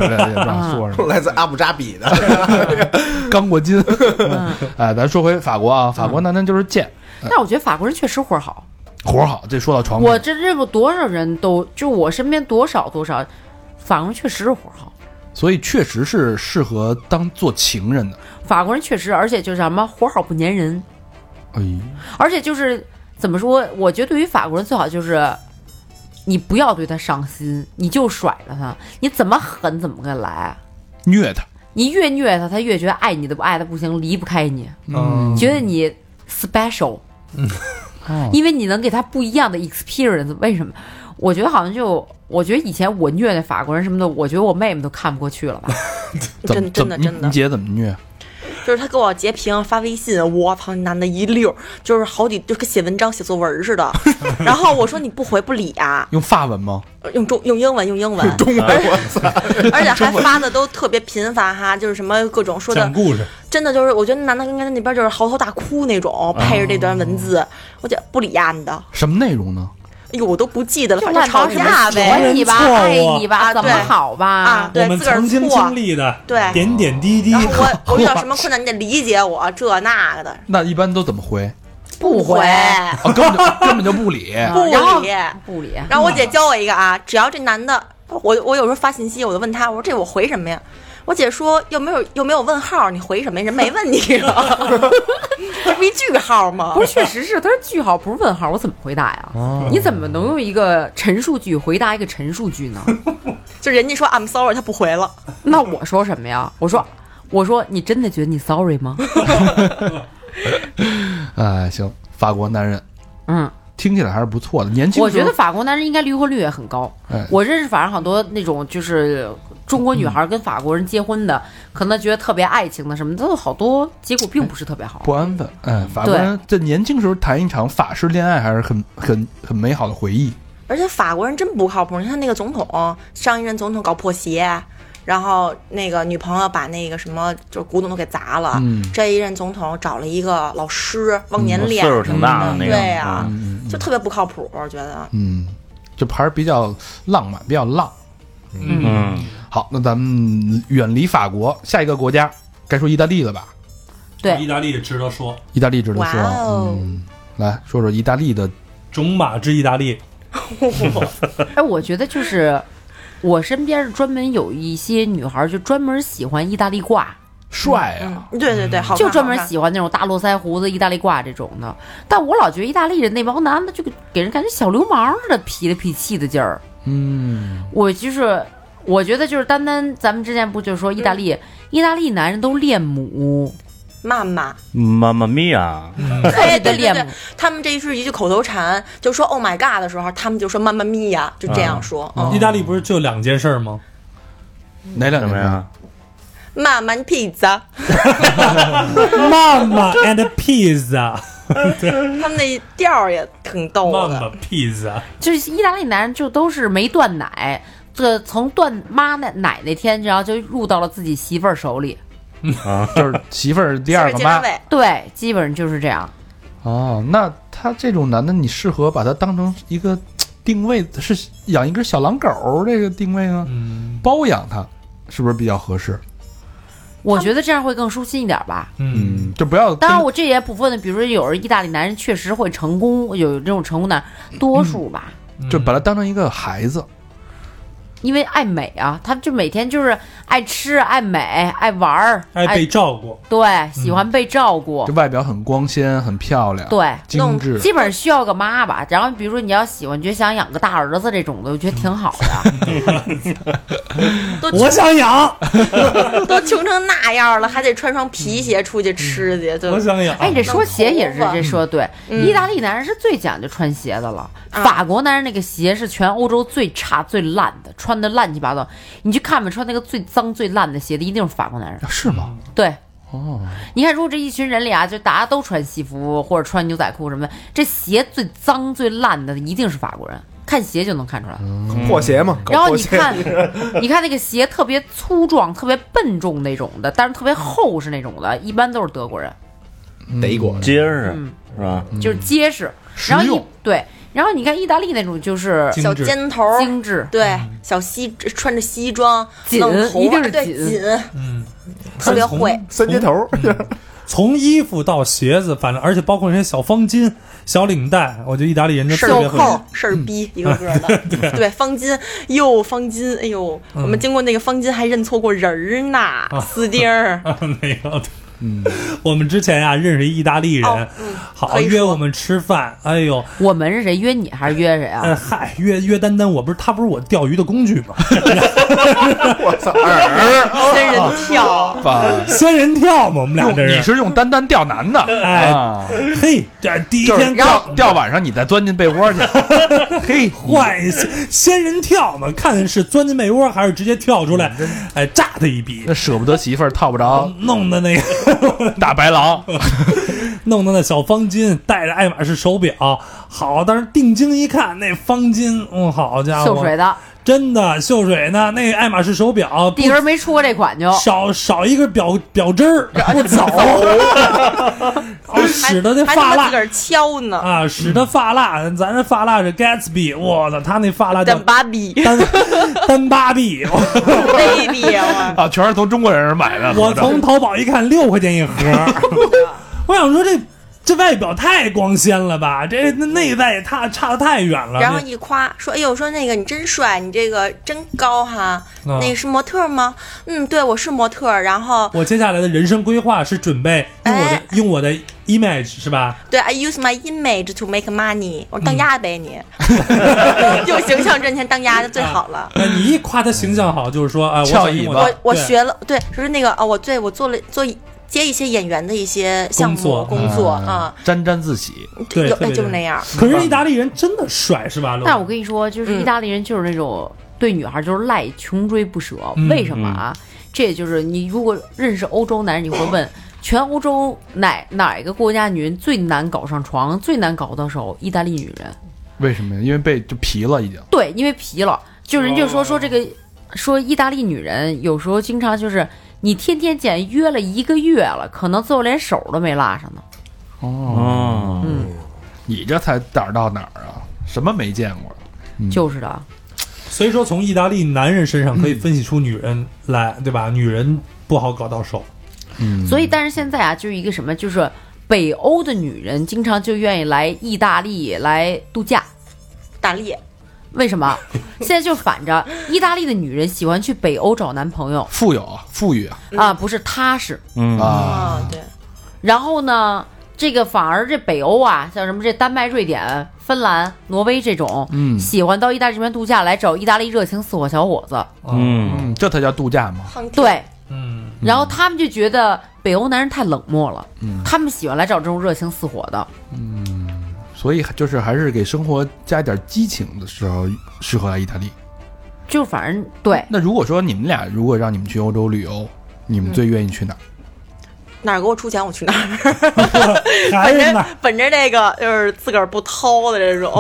C: 什么
D: 来自阿布扎比的，
C: 刚果金。
E: 嗯，
C: 哎，咱说回法国啊，法国那那就是贱，
E: 但我觉得法国人确实活儿好。
C: 活儿好。这说到床
E: 我
C: 上，
E: 这认过多少人都，就我身边多少多少，法国人确实是活儿好。
C: 所以确实是适合当做情人的。
E: 法国人确实，而且就是什么活儿好不粘人，
C: 哎，
E: 而且就是怎么说？我觉得对于法国人最好就是，你不要对他上心，你就甩了他，你怎么狠怎么个来。啊
C: 虐他，
E: 你越虐他，他越觉得爱你的不爱的不行，离不开你，
B: 嗯，
E: 觉得你 special，、
C: 哦
E: 因为你能给他不一样的 experience。为什么？我觉得好像就，我觉得以前我虐那法国人什么的，我觉得我妹妹都看不过去了 吧。
C: 怎
F: 真
C: 么怎
F: 真的真
C: 么嗯你
F: 的
C: 你，姐怎么虐？
F: 就是他给我截屏发微信，我操，那男的一溜儿，就是好几就跟写文章写作文似的。 然后我说你不回不理啊，
C: 用法文吗？
F: 用中用英文用英文，
D: 中文我操，
F: 而且还发的都特别频繁哈，就是什么各种说的
B: 讲故事，
F: 真的就是，我觉得男的应该在那边就是嚎啕大哭那
B: 哦
F: 种，配着这段文字，我觉得不理呀你的，哎
C: 什么内容呢？
F: 呦，我都不记得了，
E: 就
F: 反正
E: 乱
F: 吵
E: 忙什
F: 架
E: 么
F: 呗，
E: 喜欢你吧，
B: 错误
E: 爱你吧，
F: 啊
E: 怎么
F: 对
E: 好吧？
F: 啊对
B: 我们
F: 自个儿
B: 曾经
F: 错
B: 经历的
F: 对
B: 点点滴滴
F: 然，后 我我遇到什么困难你得理解我这那个的，
C: 那一般都怎么回？
E: 不
F: 回
E: 回。
B: 哎
C: 啊，根本就根本就不理。
E: 啊
F: 不
E: 然后
F: 理
E: 不理，
F: 然后我姐教我一个啊，只要这男的，我我有时候发信息，我就问他，我说这我回什么呀？我姐说又没有又没有问号，你回什么呀？人没问你了，这不一句号吗？
E: 不是，确实是，他是句号，不是问号，我怎么回答呀？你怎么能用一个陈述句回答一个陈述句呢？
F: 就人家说 I'm sorry，他不回了，
E: 那我说什么呀？我说，我说，你真的觉得你 sorry 吗？
C: 哎，行，法国男人
E: 嗯，
C: 听起来还是不错的，年轻
E: 我
C: 的时
E: 觉
C: 候。
E: 得法国男人应该离婚率也很高。
C: 哎
E: 我认识反正很多那种就是中国女孩
C: 嗯
E: 跟法国人结婚的，可能觉得特别爱情的什么的，都有好多结果并不是特别好。
C: 不安分，哎，法国
E: 嗯对
C: 人在年轻时候谈一场法式恋爱，还是很很很美好的回忆。
F: 而且法国人真不靠谱。你看那个总统，上一任总统搞破鞋，然后那个女朋友把那个什么就是古董都给砸了。
C: 嗯
F: 这一任总统找了一个老师，忘年
G: 嗯
F: 恋，
G: 岁数挺大的
F: 嗯
G: 那个
F: 对呀、
E: 啊
C: 嗯
F: 就特别不靠谱，我觉得。
C: 嗯，就还是比较浪漫，比较浪。
G: 嗯，
C: 好，那咱们远离法国，下一个国家该说意大利了吧？
E: 对
B: 意，大利也值得说，
C: 意大利值得
F: 哇
C: 说，
F: 哦
C: 嗯，来说说意大利的
B: 种马之意大利，
E: 哎，我觉得就是我身边是专门有一些女孩，就专门喜欢意大利挂。
C: 帅啊，
F: 嗯，对对对，好看
E: 就专门
F: 好看
E: 喜欢那种大络腮胡子、意大利挂这种的。但我老觉得意大利人那帮男的就给人感觉小流氓似的，痞里痞气的劲儿。
C: 嗯，
E: 我就是，我觉得就是单单咱们之前不就说意大利，
F: 嗯
E: 意大利男人都恋母，
F: 妈妈，
G: 嗯妈妈咪啊呀，
E: 特别
F: 哎，
E: 的
F: 对对
E: 恋
F: 对
E: 母。，
F: 他们这一是一句口头禅，就说 “Oh my God” 的时候，他们就说“妈妈咪呀”，就这样说。嗯，
B: 意大利不是就两件事 儿吗？
C: 哪两
G: 什
C: 个
G: 么
C: 国家？
G: 呀？
E: 嗯
F: 妈妈披萨，
B: 妈妈 and pizza，
F: 他们那调儿也挺逗
B: 妈
F: 哦的。
B: 妈 pizza，
E: 就是意大利男人就都是没断奶，这从断妈那奶那天，然后就入到了自己媳妇儿手里。
G: 啊，
C: 就是媳妇儿第 二个
F: 结
C: 妈
F: 扎尾
E: 对，基本上就是这样。
C: 哦，那他这种男的，你适合把他当成一个定位是养一只小狼狗儿这个定位吗？
B: 嗯
C: 包养它是不是比较合适？
E: 我觉得这样会更舒心一点吧。
B: 嗯，
C: 就不要跟
E: 当然，我这也不分的，比如说有人意大利男人确实会成功，有这种成功的多数吧，
C: 就把他当成一个孩子。
E: 因为爱美啊，他就每天就是爱吃、爱美、爱玩儿，
B: 爱哎被嗯照顾，
E: 对，喜欢被照顾，
C: 就外表很光鲜、很漂亮、
E: 对。
C: 精致，
E: 基本上需要个妈吧，然后比如说你要喜欢，觉得想养个大儿子这种的，我觉得挺好的。
F: 都
B: 我想养，
F: 都穷成那样了，还得穿双皮鞋出去吃去，对
B: 嗯我
F: 吧？
B: 想啊养。
C: 啊
E: 哎，你这说鞋也是
F: 头，发
E: 这
C: 嗯
E: 说得对。意大利男人是最讲究穿鞋的了，
F: 啊
E: 法国男人那个鞋是全欧洲最差、最烂的，穿的乱七八糟。你去看吧，穿那个最脏、最烂的鞋的一定是法国男人。
C: 啊是吗？
E: 对，
C: 哦，
E: 你看，如果这一群人里啊，就大家都穿西服或者穿牛仔裤什么的，这鞋最脏、最烂的一定是法国人，看鞋就能看出来。
C: 嗯
D: 破鞋嘛。搞
E: 然
D: 嗯
E: 后
D: 破
E: 你
D: 鞋
C: 哦
E: 看， 你看那个鞋特别粗壮、特别笨重那种的，但是特别厚实那种的，一般都是德国人，
D: 德国
G: 结实
E: 嗯
G: 是吧？
E: 就是结实。
C: 实
E: 然后一
C: 用，
E: 对，然后你看意大利那种就是
B: 精
F: 小
B: 致
F: 尖头儿，
E: 精致，
F: 对，小西穿着西装，
E: 紧
F: 弄头发
E: 一定是
F: 对
E: 紧
F: 紧，
B: 嗯，
F: 特别会。
D: 三接头，
B: 从衣服到鞋子，反正而且包括那些小方巾、小领带，我觉得意大利人就
F: 事
B: 特别嗯
F: 儿
B: 会
F: 扣、事儿逼，一个个 的。对，方巾哟，方巾，哎呦，
B: 嗯
F: 我们经过那个方巾还认错过人儿
B: 啊
F: 呢，丝钉儿。
B: 那个。 嗯，我们之前呀、认识一意大利人，
F: 哦嗯
B: 好
F: 可以
B: 约
F: 说
B: 我们吃饭。哎呦，
E: 我们是谁约你还是约谁啊？
B: 哎嗨，约约丹丹，我不是他不是我钓鱼的 工具吗？
D: 我操，
C: 啊
D: 耳
B: 啊
F: 仙人跳，
C: 把
B: 仙人跳嘛，我们俩
C: 用
B: 这
C: 啊你
B: 是。哎
C: 是用单单钓男的 啊，
B: 嘿，这第一
C: 就是
B: 天刚
C: 钓钓晚上你再钻进被窝去，嘿，
B: 坏仙仙人跳嘛，看是钻进被窝还是直接跳出来，
C: 嗯
B: 哎，炸他一笔
C: 那，舍不得媳妇儿套不着
B: 弄的那个
C: 大白狼，
B: 弄的那小方巾，戴着爱马仕手表，好，但是定睛一看那方巾，嗯，好家伙，
E: 秀水的，
B: 真的秀水呢，那爱马仕手表不
E: 地根没出过这款就。
B: 少少一个表表针儿 不走， 哦，使得那
F: 还
B: 发
F: 他妈自
B: 蜡
F: 个儿敲呢，
B: 啊，使得发蜡，咱这发蜡是 Gatsby，我操，他那发蜡叫
F: 但芭 比
B: 单单芭比，我
F: baby 啊，
C: 啊，全是从中国人买的。
B: 我
C: 合着
B: 从淘宝一看六块 钱一盒，我想说这这外表太光鲜了吧，这那内在也差差的太远 了。
F: 然后一夸说：“哎呦，说那个你真帅，你这个真高哈，
B: 啊
F: 那是模特吗？嗯，对，我是模特。然后
B: 我接下来的人生规划是准备用我的、
F: 哎
B: 用我的 image 是吧？
F: 对，I use my image to make money，我当鸭呗 你， 有形象挣钱当鸭就最好 了。
B: 那哎你一夸他形象好，就是说啊，我
C: 翘
B: 想
C: 尾
B: 用
C: 巴
B: 我
F: 我
B: 的
F: 我
B: 对
F: 学了，对，就是那个啊，我对我做了做一接一些演员的一些项
B: 工作嗯
F: 目工作啊，
C: 沾沾自喜，
B: 对
F: 有
B: 特别
F: 哎就是
B: 对
F: 那样。
B: 可是意大利人真的帅是吧？
E: 但我跟你说，就是意大利人就是那种对女孩就是赖穷追不舍，
B: 嗯
E: 为什么啊？这也就是你如果认识欧洲男人，你会问。全欧洲哪哪个国家女人最难搞上床，最难搞到手？意大利女人，
C: 为什么呀？因为被就皮了，已经
E: 对，因为皮了，就人就说说这个，说意大利女人有时候经常就是你天天见约了一个月了，可能最后连手都没拉上呢。嗯
C: 哦。
G: 哦，
C: 你这才哪儿到哪儿啊？什么没见过？
E: 就是的，
B: 所以说从意大利男人身上可以分析出女人来，对吧？女人不好搞到手，
C: 嗯，
E: 所以，但是现在啊，就是一个什么，就是北欧的女人经常就愿意来意大利来度假。
F: 打
B: 啊
F: 猎，
E: 为什么？现在就是反着，意大利的女人喜欢去北欧找男朋友
C: 富有啊，富裕啊
E: 啊，不是踏实。
G: 嗯，
C: 啊，
F: 啊，对，
E: 然后呢，这个反而这北欧啊，像什么这丹麦、瑞典、芬兰、挪威这种，
C: 嗯
E: 喜欢到意大利这边度假来找意大利热情似火小伙子。
G: 嗯，
C: 嗯，这才叫度假嘛。
F: 胖贴
E: 对，
B: 嗯，
E: 然后他们就觉得北欧男人太冷漠了，
C: 嗯
E: 他们喜欢来找这种热情似火的。
C: 所以就是还是给生活加一点激情的时候，适合来意大利。
E: 就反正对，
C: 嗯那如果说你们俩如果让你们去欧洲旅游，你们最愿意去哪儿？
F: 哪儿给我出钱我去哪 儿，
B: 还
F: 本
B: 是
F: 着
B: 那
F: 本着这个就是自个儿不掏的 这种，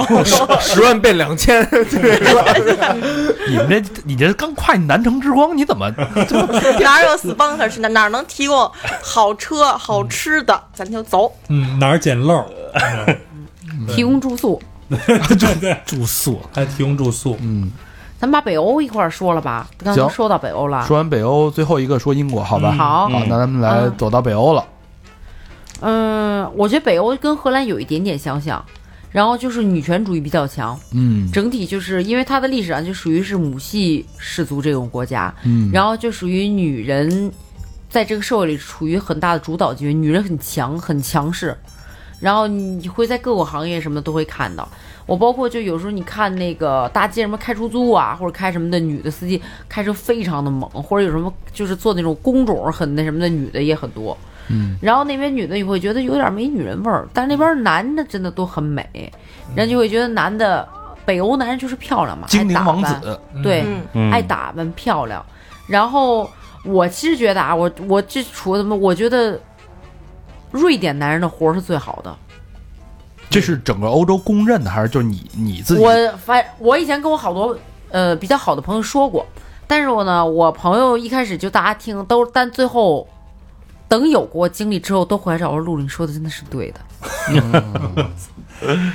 D: 十万变两千，对吧？
C: 你们这你这刚跨南城之光，你怎么
F: 哪有 sponsor 去哪哪儿能提供好车好吃的，咱就走。
B: 嗯哪儿捡漏儿，
C: 嗯
E: 提供住宿。
B: 对对，
C: 住宿？
B: 还提供住宿，
C: 嗯，
E: 咱们把北欧一块儿说了吧，刚才
C: 行
E: 都说到北欧了。
C: 说完北欧，最后一个说英国，好吧？
B: 嗯
E: 好，
C: 好，那咱们来
E: 嗯
C: 走到北欧了。
E: 嗯，我觉得北欧跟荷兰有一点点相像，然后就是女权主义比较强，
C: 嗯
E: 整体就是因为它的历史上就属于是母系氏族这种国家，
C: 嗯，
E: 然后就属于女人在这个社会里处于很大的主导地位，女人很强很强势，然后你会在各个行业什么都会看到。我包括就有时候你看那个大街什么开出租啊，或者开什么的，女的司机开车非常的猛，或者有什么就是做那种工种很那什么的，女的也很多。
C: 嗯，
E: 然后那边女的你会觉得有点没女人味儿，但是那边男的真的都很美，人家就会觉得男的北欧男人就是漂亮嘛，
C: 精灵
E: 爱打
C: 王
E: 扮
C: 子，
E: 对，
F: 嗯，
G: 嗯
E: 爱打扮漂亮。然后我其实觉得啊，我我这除了什么，我觉得瑞典男人的活儿是最好的。
C: 这是整个欧洲公认的，还是就是你你自己？
E: 我反我以前跟我好多呃比较好的朋友说过，但是我呢，我朋友一开始就大家听都，但最后等有过经历之后，都回来找我说露露，你说的真的是对的，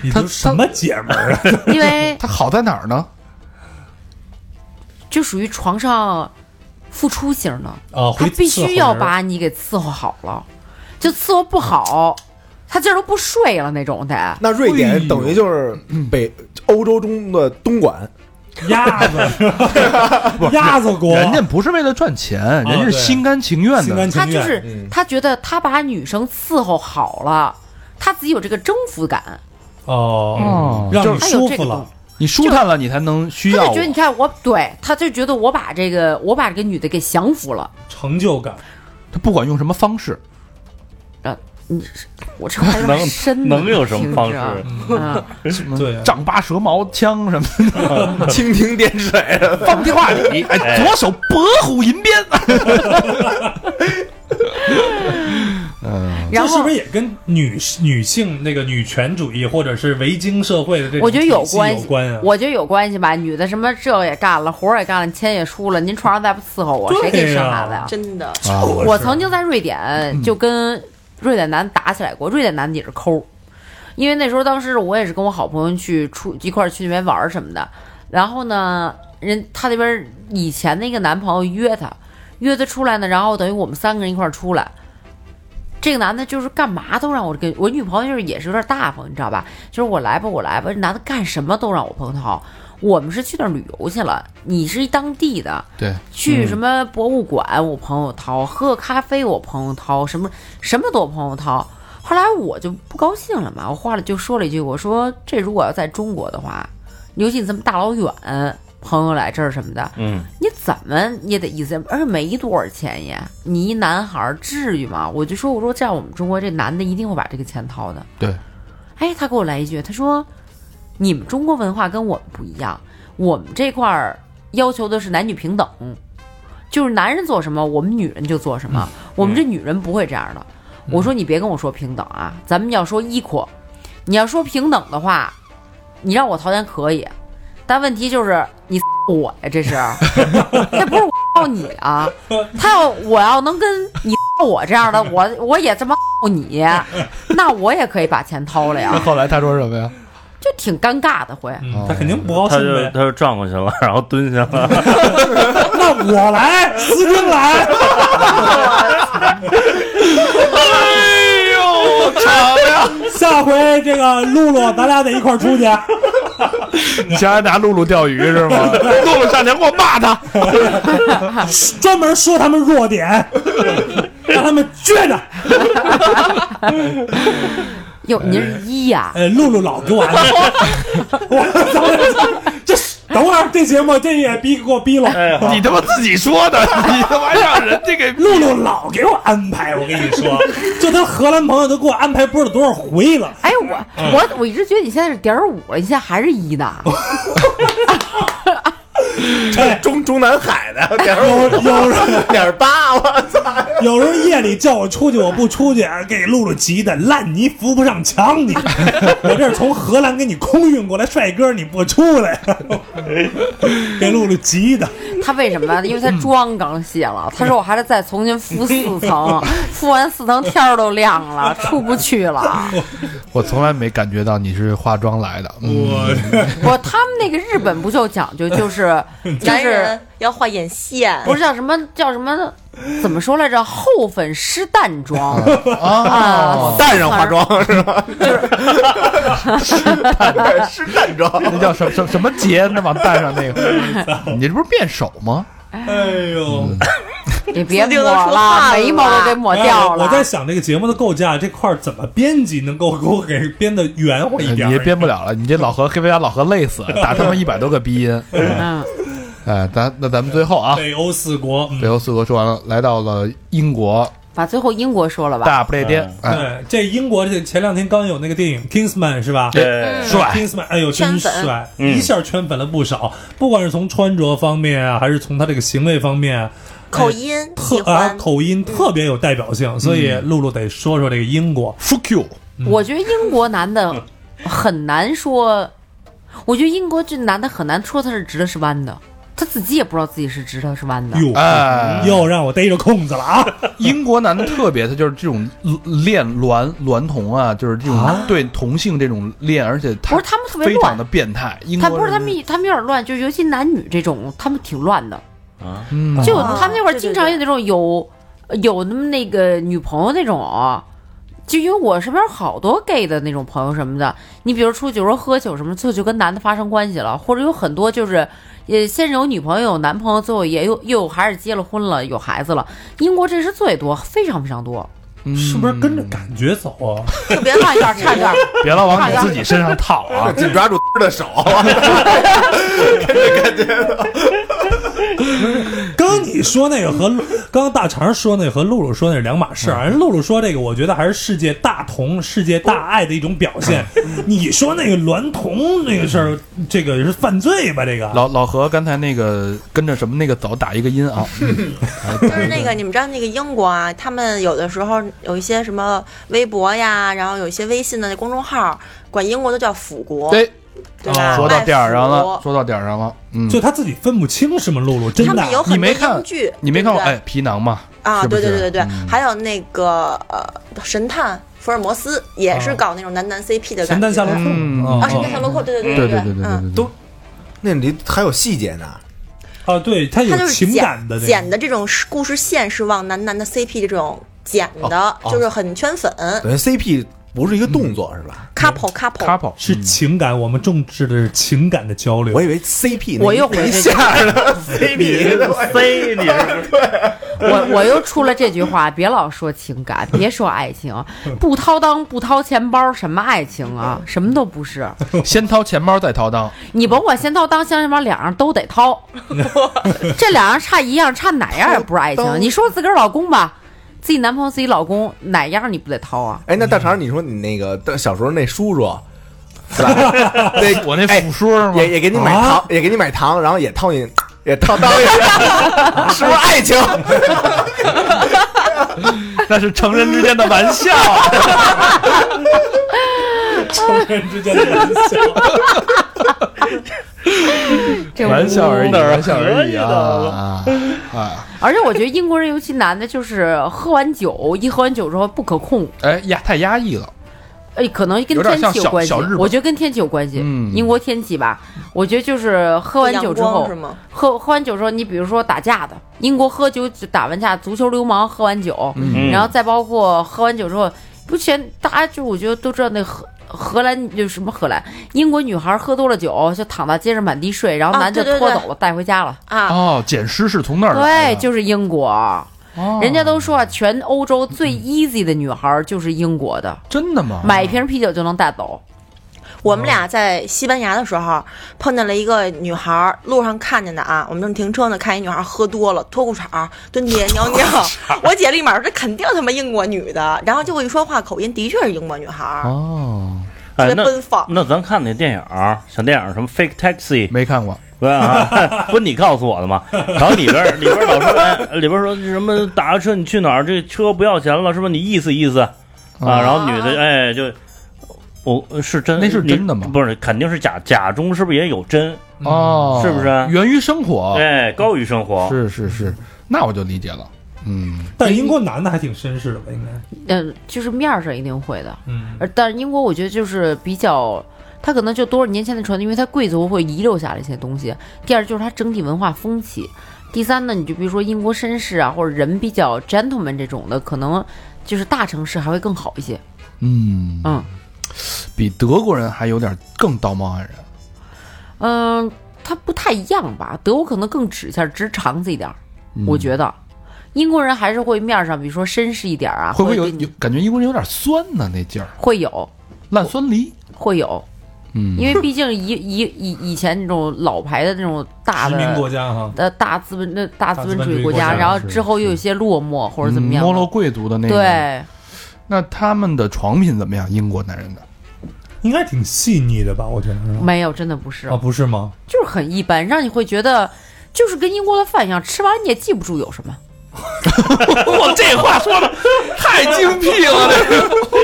B: 你
C: 他
B: 都什么姐们儿啊？
E: 因为
C: 它好在哪儿呢？
E: 就属于床上付出型的，
B: 啊，
E: 他
B: 回
E: 必
B: 伺候
E: 须要
B: 人儿
E: 把你给伺候好了，就伺候不好，他今儿都不睡了那种得。
D: 那瑞典等于就是北欧洲中的东 莞，
B: 鸭子， 鸭子国，
C: 人家不是为了赚钱，人家是
B: 对
C: 哦心甘情愿
B: 心
C: 的
B: 甘。情
E: 他
B: 愿，
E: 就是、
D: 嗯
E: 他觉得他把女生伺候好了，他自己有这个征服感，
B: 哦，
C: 哦，
B: 让你
E: 他有
B: 舒
E: 这个
B: 服
E: 东
B: 了
E: 西，，
C: 你舒坦了，你才能需
E: 他
C: 要啊
E: 就
C: 我
E: 觉得。你看我对，他就觉得我把这个我把这个女的给降服了。
B: 成就感。
C: 他不管用什么方式，
E: 我这还有点
G: 能
E: 深呢
G: 能有什么方式？
E: 听着嗯，
B: 对啊
C: 丈八蛇矛枪什么
D: 蜻蜓点水的。
C: 的，方天画戟，哎，左手搏虎银鞭。嗯，
E: 然
B: 这是
E: 后
B: 不是也跟女女性那个女权主义或者是维京社会的这种
E: 我觉得有
B: 体系
E: 关系
B: 有关啊？
E: 我觉得有关系吧，女的什么这也干了，活儿也干了，钱也出了，您床上再不伺候我，谁给你生孩子
B: 啊
E: 呀？
F: 真的，
D: 啊
E: 哦我曾经在瑞典就跟瑞典男打起来过，瑞典男也是抠，因为那时候当时我也是跟我好朋友去出一块儿去那边玩儿什么的，然后呢，人他那边以前那个男朋友约她，约她出来呢，然后等于我们三个人一块儿出来。这个男的就是干嘛都让我跟我女朋友就是也是有点大方，你知道吧？就是我来吧，我来吧，这男的干什么都让我碰头。我们是去那儿旅游去了，你是一当地的，
C: 对，
E: 去什么博物馆，我朋友掏；喝咖啡，我朋友掏；什么什么都我朋友掏。后来我就不高兴了嘛，我话了就说了一句，我说这如果要在中国的话，尤其你这么大老远，朋友来这儿什么的，
G: 嗯，
E: 你怎么也得意思，而且没多少钱也，你一男孩儿至于吗？我就说，我说在我们中国，这男的一定会把这个钱掏的。
C: 对，
E: 哎，他给我来一句，他说你们中国文化跟我们不一样，我们这块儿要求的是男女平等，就是男人做什么，我们女人就做什么，我们这女人不会这样的。我说你别跟我说平等啊，咱们要说 equal，你要说平等的话，你让我掏钱可以，但问题就是你 我呀，这是，那不是我操你啊！他要我要能跟你我这样的，我我也这么 你，那我也可以把钱掏了呀
C: 那，后来他说什么呀？
E: 就挺尴尬的会。
B: 嗯，他肯定不高
G: 他
B: 兴
G: 就
B: 呗
G: 他。就转过去了，然后蹲下了。
B: 那我来，斯金来，
C: 哎呦，操呀！
B: 下回这个露露，咱俩得一块儿出去。
C: 你想想拿露露钓鱼是吗？ 露露上前给我骂他，
B: 专门说他们弱 点，让他们撅着。
E: 哟，您
F: 哎
E: 是一呀、
B: 呃，露露老给我安 排，我这等会儿这节目这也逼给我逼了。
G: 哎呀，
C: 你他妈自己说 的，你他妈让人家给
B: 露露老给我安排，我跟你说， 就他荷兰朋友都给我安排不知道多少回了。
E: 哎，我
F: 嗯
E: 我我一直觉得你现在是点儿五了，你现在还是一呢。
F: 哦
D: 中中南海的点
B: 有
D: 儿
B: 有人
D: 点儿八，我操！
B: 有人夜里叫我出去，我不出去，给露露急的烂泥扶不上墙你。我这是从荷兰给你空运过来帅哥，你不出来，给露露急的。
E: 他为什么？因为他妆刚卸了。他说我还得再重新敷四 层，敷完四层天儿都亮了，出不去了。
F: 哦
C: 我从来没感觉到你是化妆来的。嗯，
E: 不，他们那个日本不就讲究就是就
F: 男
E: 是
F: 人要画眼线，
E: 不是叫什么叫什么怎么说来着？厚粉湿淡妆
F: 哦
E: 啊，
D: 淡上化妆是吧？就是是淡妆，
C: 那叫什什什么节？那往蛋上那 个，你这不是变手吗？
B: 哎呦，
E: 你
F: 自
E: 别抹
F: 己都出汗了
E: 了，眉毛都给抹
B: 哎
E: 掉
B: 我
E: 了。
B: 在想这个节目的构架这块儿怎么编辑能够给我给编的圆乎一点儿？
C: 你编不了了，你这老何黑白家老何累死，打他妈一百多个鼻 音。
E: 嗯，
C: 哎，咱那咱们最后啊，
B: 北欧四国，嗯
C: 北欧四国说完了，来到了英国
E: 把最后英国说了吧。
C: 大不列颠。哎，
B: 对，这英国这前两天刚有那个电影《Kingsman》是吧？
G: 对，
B: 帅，Kingsman，哎呦，
F: 圈
B: 真
F: 粉
B: 帅，
G: 嗯
B: 一下圈粉了不少。不管是从穿着方面啊，还是从他这个行为方面啊，
F: 口
B: 哎
F: 音喜
B: 特啊
F: 欢。
B: 口音特别有代表性，所以露露得说说这个英国。
C: f Q，
E: 我觉得英国男的很难说，我觉得英国这男的很难说他是直的是弯的，他自己也不知道自己是直的是弯的。
B: 哟，
C: 哎，
B: 又让我逮着空子了啊！
C: 英国男的特别，他就是这种恋娈娈童啊，就是这种对同性这种恋，而且他
E: 不是他们特别
C: 非常
E: 乱
C: 的，变态。英
E: 他
C: 国
E: 不是他
C: 人
E: 们他们有点乱，就尤其男女这种，他们挺乱的。
G: 啊，
C: 嗯
E: 就
F: 啊
E: 他们那会儿
F: 对对
E: 经常有那种有呃有那么那个女朋友那种啊，就因为我身边有好多 gay 的那种朋友什么的，你比如出去有时候喝酒什么，最后就跟男的发生关系了，或者有很多就是。也先是有女朋友、有男朋友，最后也又又还是结了婚了，有孩子了。英国这是最多，非常非常多。
B: 是不是跟着感觉走啊？
E: 特别差一点，差一点。
C: 别老往你自己身上套啊！
D: 紧 抓住的手，
B: 刚你说那个和露刚刚大肠说那个和露露说那是两码事儿，人露露说这个，我觉得还是世界大同、世界大爱的一种表现。你说那个娈童那个事儿，这个是犯罪吧？这个
C: 老老何刚才那个跟着什么那个走，打一个音啊，
F: 就是那个，你们知道那个英国啊，他们有的时候有一些什么微博呀，然后有一些微信的那公众号，管英国都叫腐国，
C: 哎，
F: 对吧？
C: 说到点儿上
F: 卖
C: 了，
F: 腐。
C: 说到点儿上了，嗯，
B: 就他自己分不清是吗？露露真
F: 他
B: 的
F: 们有
B: 啊，
F: 很多
C: 你没看
F: 英剧，
C: 你没看过
F: 对
C: 哎皮囊嘛？
F: 不对啊？
C: 是不
F: 对
C: 是
F: 对对对对，
C: 嗯
F: 还有那个呃，神探福尔摩斯也
C: 哦
F: 是搞那种男男 CP 的
B: 神
F: 感觉。
B: 探夏洛克
C: 嗯
B: 啊
F: 啊，神探夏洛克，对对
C: 对
F: 对
C: 对对
F: 对
C: 对
F: 嗯，
C: 对，
D: 都 那里还有细节呢。
B: 啊，对他
F: 他
B: 有
F: 就是
B: 情
F: 剪
B: 感的那
F: 剪
B: 个。
F: 的这种是故事线是往男男的 CP 这种剪
C: 哦
F: 的，就是很圈粉
D: 等于 CP 不是一个动作是吧？
F: ，couple couple。
C: couple
B: 是情感，我们重视的是情感的交流
D: 我。以为 CP 那
E: 我又回
D: 一
E: 这句
D: 下 了 CP，
G: 飞你是不是
E: 我我又出了这句话，别老说情感，别说爱情，不掏裆不掏钱包，什么爱情啊，什么都不是。
C: 先掏钱包再掏裆，
E: 你甭管先掏当香什么，两样都得 掏。这两样差一样，差哪样也不是爱
D: 掏
E: 情。你说自个儿老公吧，自己男朋友、自己老公，哪样你不得掏啊？
D: 哎，那大肠，你说你那个但小时候那叔 叔，是吧？那
C: 我那
D: 哎
C: 腐叔是吗？
D: 也也给你买糖，也给你买糖，然后也套你，也啊套裆里 了，是不是爱情？
C: 那是成人之间的玩笑。
B: 成人之间的玩笑，
E: 这
C: 玩笑而已，
G: 哪儿
C: 玩笑而已啊！啊，
E: 而且我觉得英国人，尤其男的，就是喝完酒，一喝完酒之后不可控，
C: 哎压太压抑了，
E: 哎，可能跟
C: 有点
E: 天
C: 像
E: 气有
C: 小
E: 关系
C: 小日。本
E: 我觉得跟天气有关系，
C: 嗯
E: 英国天气吧，我觉得就是喝完酒之
F: 阳
E: 后
F: 光是吗？
E: 喝喝完酒之后，你比如说打架的，英国喝酒打完架，足球流氓喝完酒，
C: 嗯
E: 然后再包括喝完酒之后，不全大家就我觉得都知道那荷荷兰就是什么荷兰，英国女孩喝多了酒就躺到街上满地睡，然后
F: 啊
E: 男就
F: 对对
E: 拖
F: 对
E: 走了带回家了。
G: 嗯
F: 啊，
C: 哦，捡尸是从那儿来
E: 对，
C: 的，哎
E: 就是英国，
C: 哦
E: 人家都说啊，全欧洲最 easy 的女孩就是英国的，
C: 真的
F: 哦
C: 吗？
E: 买一瓶啤酒就能带走。
F: 我们
C: 哦
F: 俩在西班牙的时候碰见了一个女孩儿，路上看见的啊，我们正停车呢，看一女孩儿喝多了，脱裤衩儿蹲地下尿尿，我姐立马说这肯定他妈英国女的，然后结果一说话口音的确是英国女孩儿，
C: 哦，
F: 特
G: 哎，
F: 别
G: 那
F: 奔放。
G: 那咱看那电影儿，小电影儿什么《Fake Taxi》，
C: 没看过，
G: 对啊，不是你告诉我的吗？然后里边儿里边儿老说，哎，里边儿说什么打个车你去哪儿？这车不要钱了，是不是？你意思意思啊？然后女的哎就，我是真
C: 那是
G: 你
C: 真的吗
G: 不是，肯定是假，假中是不是也有真？
C: 哦，
G: 嗯是不是
C: 源于生活？
G: 哎，高于生活。
C: 哦是是是，那我就理解了。嗯，
B: 但英国男的还挺绅士的吧？应该，
E: 嗯，就是面儿上一定会的。
B: 嗯，
E: 而但是英国我觉得就是比较，它可能就多少年前的传统，因为它贵族会遗留下来一些东西。第二就是它整体文化风气。第三呢，你就比如说英国绅士啊，或者人比较 gentleman 这种的，可能就是大城市还会更好一些。
C: 嗯
E: 嗯
C: 比德国人还有点更道貌岸然。
E: 嗯，它不太一样吧？德国可能更指向直肠子一点儿，
C: 嗯
E: 我觉得。英国人还是会面儿上，比如说绅士一点儿啊，
C: 会不会有
E: 给你
C: 有感觉英国人有点酸呢？那劲儿，
E: 会有
C: 烂酸梨。
E: 会有，
C: 嗯，
E: 因为毕竟以以以以前那种老牌的那种大
B: 殖
E: 的
B: 民国家哈，
E: 呃大资本那大资本主义国
B: 大资
E: 家，
B: 本主义国家
E: 然后
C: 是
E: 之后又有些落寞或者怎么
C: 嗯
E: 样的，
C: 没落贵族的那个。，
E: 对，
C: 那他们的床品怎么样？英国男人的
B: 应该挺细腻的吧？我觉得是吧
E: 没有真的不是，
B: 啊，不是吗？
E: 就是很一般，让你会觉得就是跟英国的饭一样，吃完你也记不住有什么。
C: 哇，这话说的太精辟了，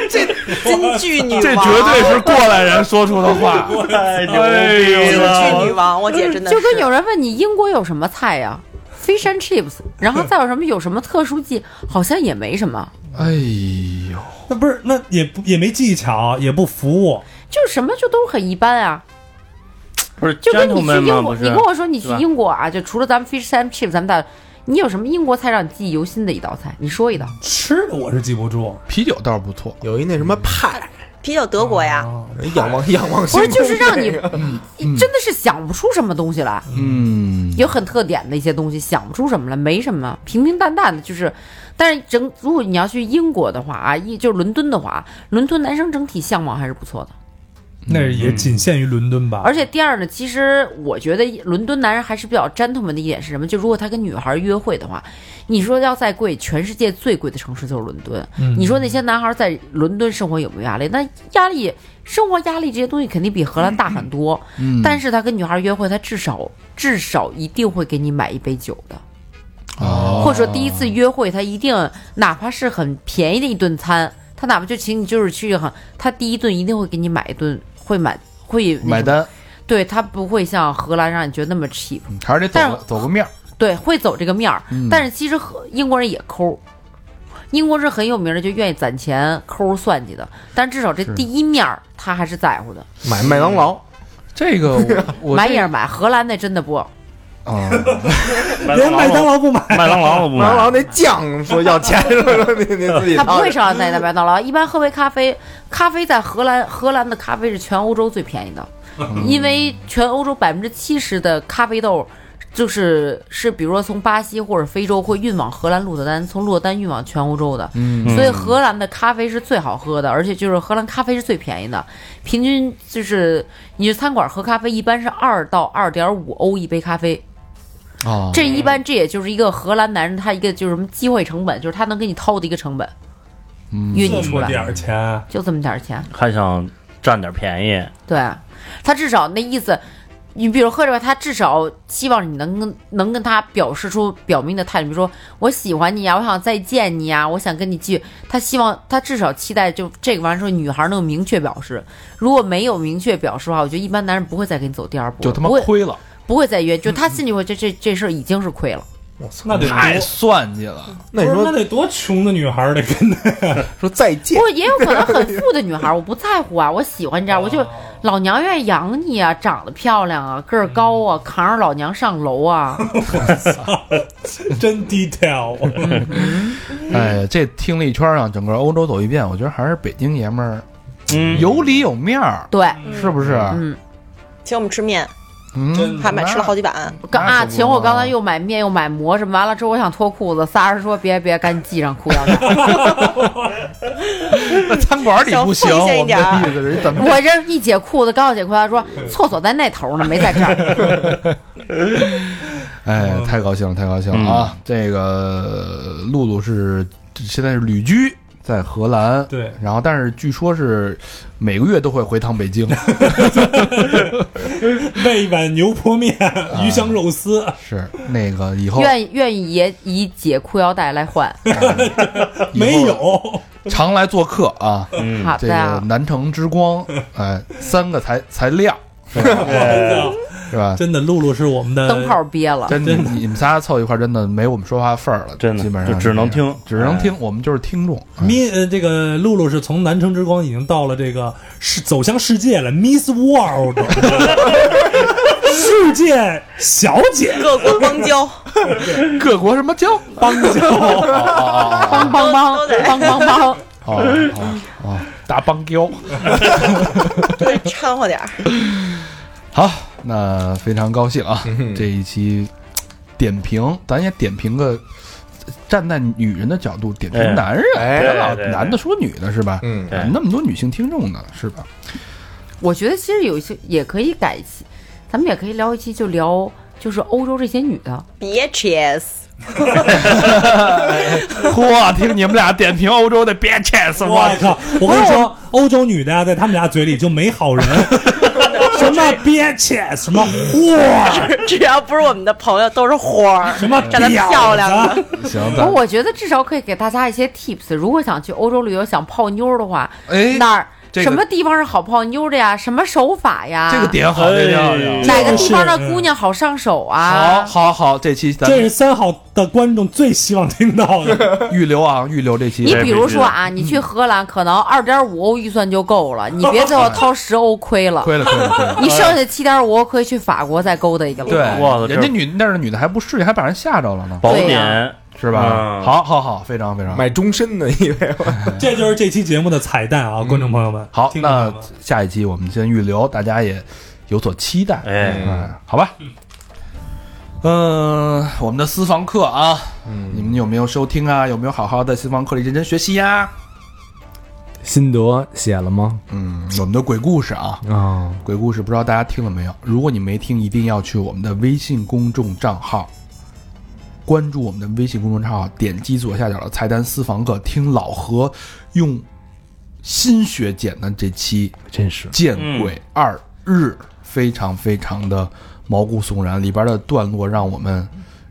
F: 金句女
C: 这
F: 王，
C: 这绝对是过来人说出的话。
G: 太哎牛
C: 逼
G: 逼
F: 金句女
G: 了！
F: 王，我姐真的
E: 就跟
F: 是
E: 有人问你英国有什么菜呀，fish and chips，然后再有什么有什么特殊技，好像也没什么，
C: 哎呦，
B: 那不是，那也不也没技巧，也不服务，
E: 就是什么就都很一般啊。
G: 不是
E: 就跟你去
G: gentleman 吗？
E: 英国，
G: 不
E: 你
G: 是
E: 跟，我说你去
G: 是吧
E: 英国啊，就除了咱们 fish and chip，咱们大，你有什么英国菜让你记忆犹新的一道菜？你说一道。
B: 吃的我是记不住。
C: 啤酒倒是不错。
D: 有一那什么派，
F: 啤酒德国呀，
C: 哦
B: 啊
D: 仰望仰望星
E: 不
D: 空
E: 是，就是让你
D: 那个
E: 真的是想不出什么东西来，
C: 嗯，
E: 有很特点的一些东西，想不出什么来，没什么，平平淡淡的，就是。但是整，如果你要去英国的话啊，一就是伦敦的话，伦敦男生整体相貌还是不错的。
B: 那也仅限于伦敦吧？
E: 而且第二呢，其实我觉得伦敦男人还是比较 gentleman 的一点是什么？就如果他跟女孩约会的话，你说要再贵，全世界最贵的城市就是伦敦。
C: 嗯
E: 你说那些男孩在伦敦生活有没有压力？那压力、生活压力这些东西肯定比荷兰大很多。
C: 嗯
E: 但是他跟女孩约会，他至少至少一定会给你买一杯酒的，
C: 哦
E: 或者说第一次约会，他一定哪怕是很便宜的一顿餐，他哪怕就请你就是去很，他第一顿一定会给你买一顿，会买会那
C: 买
E: 种
C: 单，
E: 对他不会像荷兰让你觉得那么 cheap，
C: 嗯还是得
E: 但
C: 走
E: 是
C: 个走个面儿。
E: 对，会走这个面儿。
C: 嗯
E: 但是其实和英国人也抠，英国是很有名的，就愿意攒钱抠算计的。但至少这第一面儿他还是在乎的，
D: 买麦当劳，
C: 这个我我
E: 买
C: 这
E: 也是买。荷兰那真的不，
C: 啊，
B: 连麦当
G: 劳
B: 劳不买，
G: 麦当劳都不
D: 麦当劳
G: 买，
D: 那酱说要钱， 说说你你自己
E: 他啊不
D: 掏
E: 会。上那的麦当劳。一般喝杯咖啡，咖啡在荷兰，荷兰的咖啡是全欧洲最便宜 的，因为全欧洲百分之七十的咖啡豆。就是是，比如说从巴西或者非洲会运往荷兰鹿特丹，从鹿特丹运往全欧洲的。
C: 嗯，
E: 所以荷兰的咖啡是最好喝的，而且就是荷兰咖啡是最便宜的，平均就是你去餐馆喝咖啡一般是二到二点五欧一杯咖啡，
C: 哦，
E: 这一般这也就是一个荷兰男人他一个就是什么机会成本，就是他能给你掏的一个成本，
C: 嗯
E: 约你出来
B: 点儿钱，
E: 就这么点儿钱，
G: 还想占点便宜，
E: 对他至少那意思。你比如喝着吧，他至少希望你能跟能跟他表示出表明的态度，比如说我喜欢你呀、啊我想再见你呀、啊我想跟你继续。他希望他至少期待就这个完之后，女孩能有明确表示。如果没有明确表示的话，我觉得一般男人不会再跟你走第二步了，
C: 就他妈
E: 不会
C: 亏了，
E: 不会再约，就他心里会觉得这这这事儿已经是亏了。
B: 那得
C: 太
B: 多。
C: 算计了。
D: 那你
B: 不是那
D: 说
B: 得多穷的女孩儿得跟他
D: 说再
E: 不
D: 见，
E: 过也有可能 很富的女孩，我不在乎啊，我喜欢这样，我就
C: 哦
E: 老娘愿意养你啊，长得漂亮啊，个儿高
C: 嗯
E: 啊，扛着老娘上楼啊。
B: 真 detail，
E: 嗯
C: 哎，这听了一圈儿啊，整个欧洲走一遍，我觉得还是北京爷们儿
G: 嗯，
C: 有里有面儿，
E: 对，
C: 是不是？
E: 嗯，
F: 请我们吃面，
C: 嗯，
F: 还买吃了好几碗。
E: 刚
C: 那可
E: 啊，
C: 不
E: 请我
C: 嘛
E: 刚才又买面又买馍什么，完了之后我想脱裤子，仨人说别别，赶紧系上裤腰带。
C: 那 餐馆里不行，
F: 小奉献
C: 我
F: 一
C: 们
F: 点儿
C: 的意思是 怎么
E: 我这一解裤子，刚要解裤腰带说厕所在那头呢，没在这儿。
C: 哎，嗯太高兴了，太高兴了啊！这个露露是现在是旅居在荷兰，
B: 对
C: 然后但是据说是每个月都会回趟北 京，
B: 喂一碗牛泼面、鱼香肉丝，
C: 是那个以后
E: 愿愿意也以解裤腰带来换。
C: 以后
B: 没有，
C: 常来做客啊，
G: 嗯，
E: 好
C: 这
E: 的
C: 个
E: 啊，
C: 南城之 光，哎，三个材材料
G: 哎
C: 是吧？
B: 真的，露露是我们的
E: 灯泡憋了。
C: 真的，你们仨凑一块儿，真的没我们说话份儿了，
G: 真的
C: 基本
G: 就
C: 上
G: 只能
C: 是这样
G: 听
C: 只能听，我们就是听众。哎
B: 咪呃，这个露露是从南城之光已经到了这个是走向世界了，Miss World，世界小姐，
F: 各国邦 交，
C: 各国什么交？
B: 邦交，
C: 哦哦
E: 梆梆梆
F: 都得
E: 梆梆梆，
C: 哦哦哦哦，大邦交。
F: 对，掺和点儿。
C: 好，那非常高兴啊！这一期点评，咱也点评个，呃站在女人的角度点评
G: 哎
C: 男人，
D: 哎
C: 别老
G: 对对对
C: 男的说女的是吧？哎
D: 嗯
G: 对
C: 那么多女性听众呢，是吧？
E: 我觉得其实有一些也可以改一期，咱们也可以聊一期，就聊就是欧洲这些女的，
F: Bitches，
C: 嚯，听你们俩点评欧洲的 bitches，
B: 我靠！我跟你说，欧洲女的呀，在他们俩嘴里就没好 人，什么 bitch，什么货，
F: 只要不是我们的朋友，都是花儿，
B: 什么
F: 长得漂亮
B: 婊
F: 的
B: 子，
C: 行，
E: 不
C: 咱
E: 过我觉得至少可以给大家一些 tips。如果想去欧洲旅游，想泡妞儿的话，
C: 哎，
E: 哪儿、
C: 这个
E: 什么地方是好泡妞的呀？什么手法呀？
C: 这个点好，这个点好这个点好。
E: 哪个地方的姑娘好上手
C: 好，
E: 啊？
C: 好，好，这期咱
B: 这是
C: 们
B: 三好的观众最希望听到的。
C: 预留啊，预留这期
E: 你比如说啊，你去荷兰可能二点五欧预算就 够了，你别最后掏十欧亏了，
C: 亏了，亏了，亏了。
E: 你剩下七点五欧可以去法国再勾搭一个 了。
C: 对，
G: 哇塞这
C: 人家女那儿的女的还不适应，还把人吓着了呢，
G: 宝
E: 对
G: 典
E: 呀
C: 是吧？
G: 嗯
C: 好，好，好，非常非常
D: 买终身的一 位，
B: 这就是这期节目的彩蛋啊，观众朋友们。
C: 嗯好。
B: 听众朋友
C: 那
B: 们
C: 下一期我们先预留，大家也有所期待。
G: 哎，
C: 嗯，好吧。嗯，我们的私房课啊，你们有没有收听啊？有没有好好在私房课里认真学习呀、
D: 心得写了吗？
C: 嗯，我们的鬼故事啊，
D: 啊，
C: 鬼故事不知道大家听了没有？如果你没听，一定要去我们的微信公众账号，关注我们的微信公众账号，点击左下角的菜单“私房课”，听老何用心血剪的这期
D: 真是
C: 《见鬼二日》，非常非常的毛骨悚然，里边的段落让我们，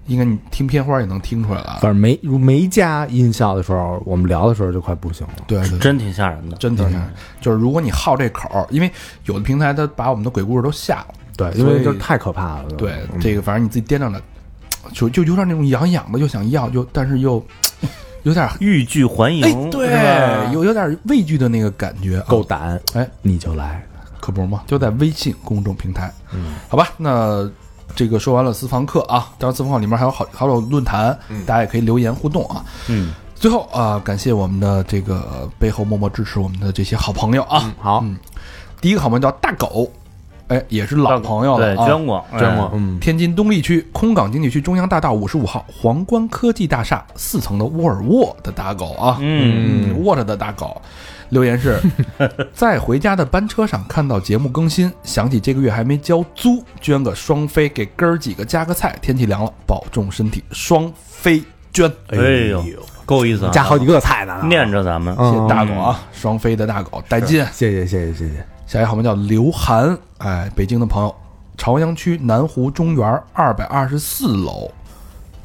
C: 应该你听片花也能听出来了啊。
D: 反正没如没加音效的时候，我们聊的时候就快不行了。
C: 对对对
G: 真挺吓人的。
C: 真挺吓人，就是如果你好这口儿，因为有的平台它把我们的鬼故事都下了。
D: 对，
C: 因
D: 因
C: 为
D: 为
C: 就
D: 就是是太可怕了。嗯
C: 对，这个反正你自己掂量着，就就有点那种痒痒的，又想要，又但是又有点
G: 欲拒还迎，
C: 哎，
G: 是吧
C: 对，有有点畏惧的那个感觉啊，
D: 够胆，
C: 哎，
D: 你就来。
C: 可不是嘛，就在微信公众平台，嗯，好吧，那。这个说完了私房课啊，当然私房课里面还有好好有论坛，大家也可以留言互动啊。
G: 嗯，
C: 最后啊、感谢我们的这个呃背后默默支持我们的这些好朋友啊。
D: 好，
C: 第一个好朋友叫大狗，哎，也是老朋友了
G: 对，
C: 啊，
G: 捐过，哎
D: 真我，嗯，
C: 天津东丽区空港经济区中央大道五十五号皇冠科技大厦四层的沃尔沃的打狗啊，
G: 嗯，
C: 嗯，沃着的打狗。留言 是，在回家的班车上看到节目更新，想起这个月还没交租，捐个双飞给哥儿几个加个菜。天气凉了，保重身体，双飞捐。
G: 哎呦，够意思啊，
D: 嗯加好几个菜呢，
G: 念着咱们，
C: 谢
D: 嗯
C: 谢大狗啊，双飞的大狗，带劲。
D: 谢谢谢谢谢谢，
C: 下一个好朋友叫刘涵，哎，北京的朋友，朝阳区南湖中园二百二十四楼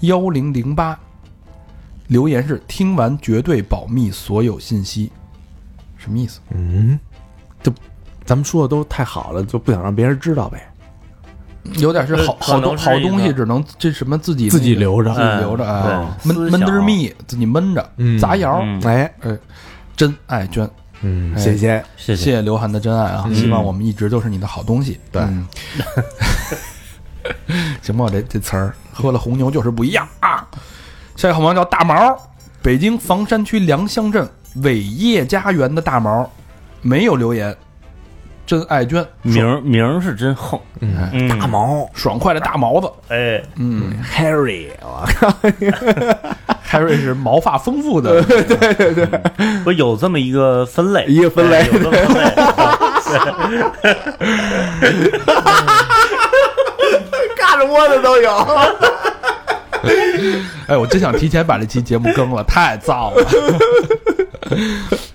C: 幺零零八，留言是听完绝对保密所有信息，什么意思？
D: 嗯，就咱们说的都太好了，就不想让别人知道呗。
C: 有点是好
G: 可
C: 好
G: 能
C: 东
G: 是
C: 好
G: 这意思
C: 东西，只能这什么自己
D: 自己留着
C: 自己留着啊，
G: 嗯对
C: 闷
G: 思
C: 闷
G: 想
C: 得儿蜜，自己闷着，
D: 嗯
C: 砸窑，
G: 嗯
D: 哎，
C: 哎，真爱娟，
D: 嗯，
C: 哎
D: 谢谢，
G: 谢嗯
C: 谢
G: 谢，
C: 谢刘涵的真爱啊！希望我们一直都是你的好东西。
D: 对
C: 嗯 行吧，我这这词儿，喝了红牛就是不一样啊！下一个好朋友叫大毛，北京房山区良乡镇伟业家园的大毛，没有留言，真爱娟，
G: 名儿名儿是真横，
D: 嗯，
G: 嗯
D: 大，毛
C: 爽快的大毛子，
G: 哎，
C: 嗯
D: Harry，我
C: ，Harry 是毛发丰富 的，
G: 不有这么一个分类，
D: 一个分类
G: 哎有这么分类，
D: 看着我的都有。
C: 哎，我真想提前把这期节目更了，太燥了。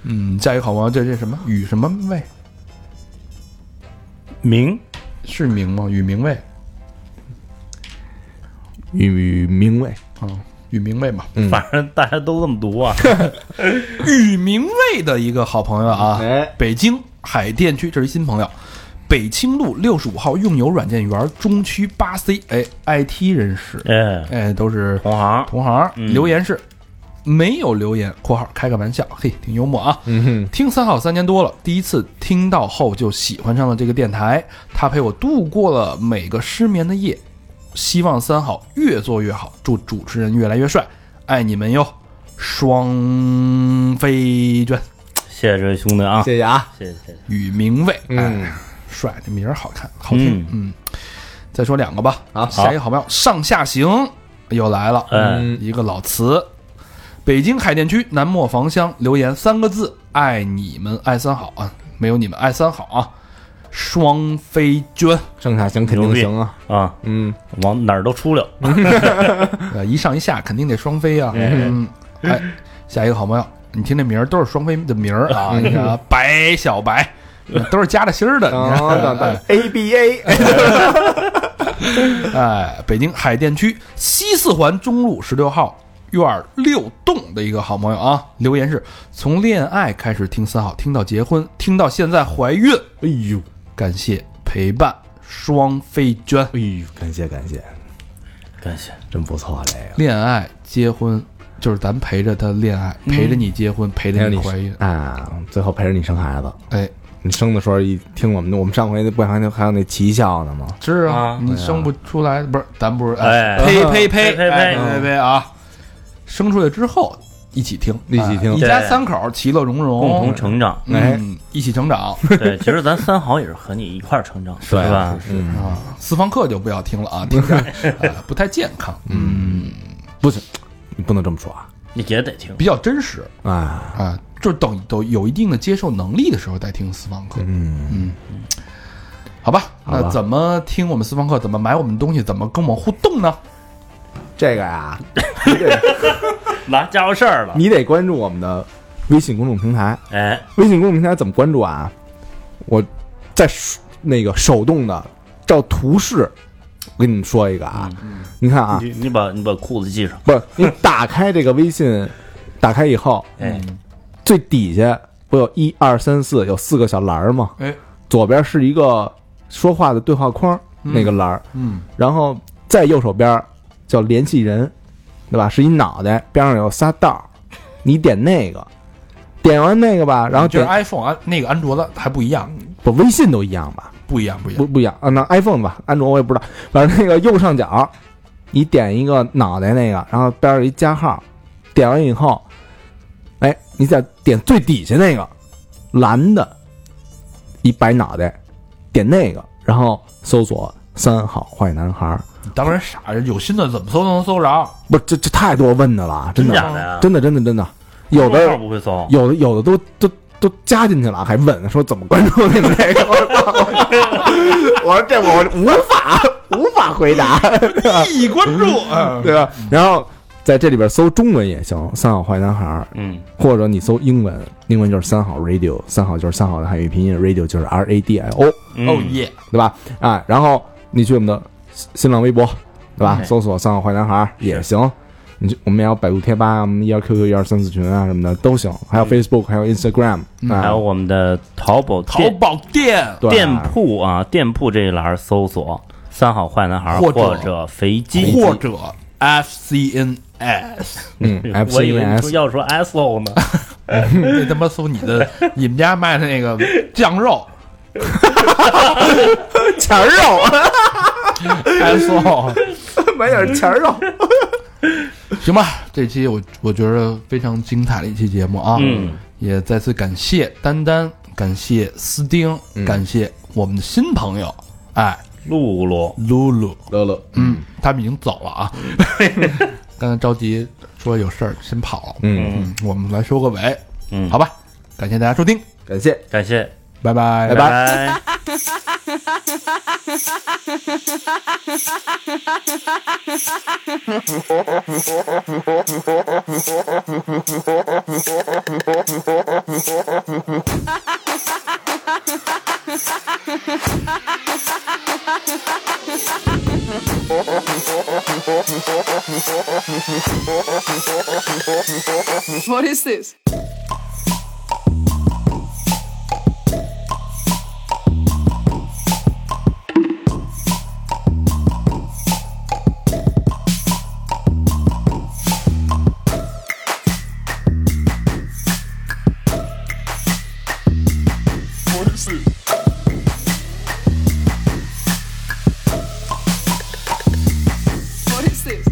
C: 嗯，下一个好朋友这这什么雨什么卫
G: 明
C: 是明吗？雨明卫，
H: 与名位，
C: 嗯，雨明卫嘛。
H: 嗯
G: 反正大家都这么读啊。
C: 宇明卫的一个好朋友啊，
H: 哎
C: 北京海淀区，这是一新朋友，北清路六十五号用友软件园中区八 C，哎，IT 人士，
G: 哎，
C: 哎，都是
G: 同行，
C: 同行。
G: 嗯
C: 留言是没有留言（括号开个玩笑，嘿，挺幽默啊）。
H: 嗯哼，
C: 听三好三年多了，第一次听到后就喜欢上了这个电台，他陪我度过了每个失眠的夜。希望三好越做越好，祝主持人越来越帅，爱你们哟！双飞娟，
G: 谢谢这位兄弟啊，
H: 谢谢啊，
G: 谢谢谢谢。
C: 宇明卫，
H: 嗯
C: 哎，帅，这名儿好看，好听，嗯。再说两个吧，啊
H: 好
C: 下一个好朋友上下行又来了，
G: 哎，
H: 嗯
C: 一个老词。北京海淀区南磨房乡留言三个字：爱你们，爱三好啊！没有你们，爱三好啊！双飞娟，
H: 盛夏行肯定行啊，
G: 啊，
H: 嗯，
G: 往哪儿都出溜。
C: 呃，一上一下肯定得双飞啊！嗯，哎，下一个好朋友，你听这名儿都是双飞的名儿啊！你看啊，白小白，都是加了心儿的。
D: 嗯
C: 你 看
H: 等等，A 哎 B A，
C: 哎，北京海淀区西四环中路十六号院儿六栋的一个好朋友啊，留言是从恋爱开始听三好，听到结婚，听到现在怀孕，
D: 哎呦，
C: 感谢陪伴双飞娟，
D: 哎呦，感谢感谢，
G: 感谢，
D: 真不错这个。
C: 恋爱结婚就是咱陪着他恋爱，陪着你结婚，陪着你怀孕，
D: 啊，最后陪着你生孩子。
C: 哎，
D: 你生的时候一听我们，我们上回那不还有还有那奇效呢吗？
C: 是啊
G: 啊，
C: 你生不出来，不是咱不是，
G: 哎
C: 呸呸呸
G: 呸呸
C: 哎
G: 呸
C: 呸呸啊，生出来之后一起听，
D: 一起听
C: 哎一家
G: 对
C: 三口其乐融融，
G: 共同成长。
D: 哎
C: 嗯，一起成 长。
G: 对，其实咱三好也是和你一块儿成长，
C: 啊
G: 是吧？
D: 嗯，
H: 啊
C: 私房课就不要听了啊，听着、呃、不太健康，嗯，
D: 不是，你不能这么说啊！
G: 你也得听
C: 比。较真实
D: 啊，
C: 啊，就是等都有一定的接受能力的时候再听私房课，
D: 嗯，
C: 好吧？
D: 吧
C: 那怎么听我们私房课？怎么买我们东西？怎么跟我们互动呢？
D: 这个呀，你得
G: 来，家伙事儿了。
D: 你得关注我们的微信公众平台。
G: 哎，
D: 微信公众平台怎么关注啊？我在手那个手动的照图示，我跟你们说一个啊，
H: 嗯
D: 你看啊，
G: 你你把你把裤子系上。
D: 不，你打开这个微信，打开以后，
G: 哎，
D: 最底下不有一二三四有四个小栏儿吗？
C: 哎，
D: 左边是一个说话的对话框那个栏儿，
C: 嗯，
D: 然后再右手边儿叫联系人，对吧？是一脑袋，边上有仨道儿，你点那个，点完那个吧，然后
C: 就是
D: 点
C: iPhone 安那个安卓的还不一样，
D: 不微信都一样吧？
C: 不一样，不一样
D: 不。不一样啊，那 iPhone 吧，安卓我也不知道，反正那个右上角，你点一个脑袋那个，然后边上有一加号，点完以后，哎，你再点最底下那个蓝的，一白脑袋，点那个，然后搜索“三好坏男孩儿
C: 当然傻，有心的怎么搜都能搜着。”，
D: 不，这这太多问的了，啊真
G: 真
D: 的，
G: 假的呀？
D: 真的真的真的，有
G: 公众号
D: 的
G: 不会搜，
D: 有的有的都都。都加进去了，还问说怎么关注你们这个？ 我说我说这我无法无法回答。
C: 一关注，嗯
D: 对吧？然后在这里边搜中文也行，三好坏男孩儿，
G: 嗯，
D: 或者你搜英文，英文就是三好 radio，三好就是三好的汉语拼音，radio 就是 R A D I O，
G: 嗯
C: 哦耶，
D: 对吧？啊，然后你去我们的新新浪微博，对吧？
G: 嗯
D: 搜索三好坏男孩儿也行。你去，我们也有百度贴吧，我们一二 QQ 一二三四群啊什么的都行，还有 Facebook，还有 Instagram，
G: 嗯还有
D: 啊，
G: 我们的淘宝
C: 淘
G: 店
C: 宝店
D: 对
G: 店铺啊，店铺这一栏儿搜索“三好坏男孩儿”
C: 或者
G: 或者肥鸡，
C: 或者 FCNS，
D: 嗯
G: 我以为你
D: ，FCNS，
G: 说要说 S O 呢，
C: 那他妈搜你的，你们家卖的那个酱肉。
D: 钱儿肉，
C: SO，
D: 买点钱儿肉，啊
C: 行吧，这期我我觉得非常精彩的一期节目啊，
G: 嗯，
C: 也再次感谢丹丹，感谢斯丁，感谢我们的新朋友，哎，
G: 露露，
C: 露露，
D: 乐乐，
C: 嗯，他们已经走了啊，刚才着急说有事儿先跑了，
D: 嗯，
C: 嗯，我们来收个尾，
G: 嗯
C: 好吧，感谢大家收听，
D: 感谢，
G: 感谢，
C: 拜拜，
D: 拜
G: 拜。
B: What is this? What is this?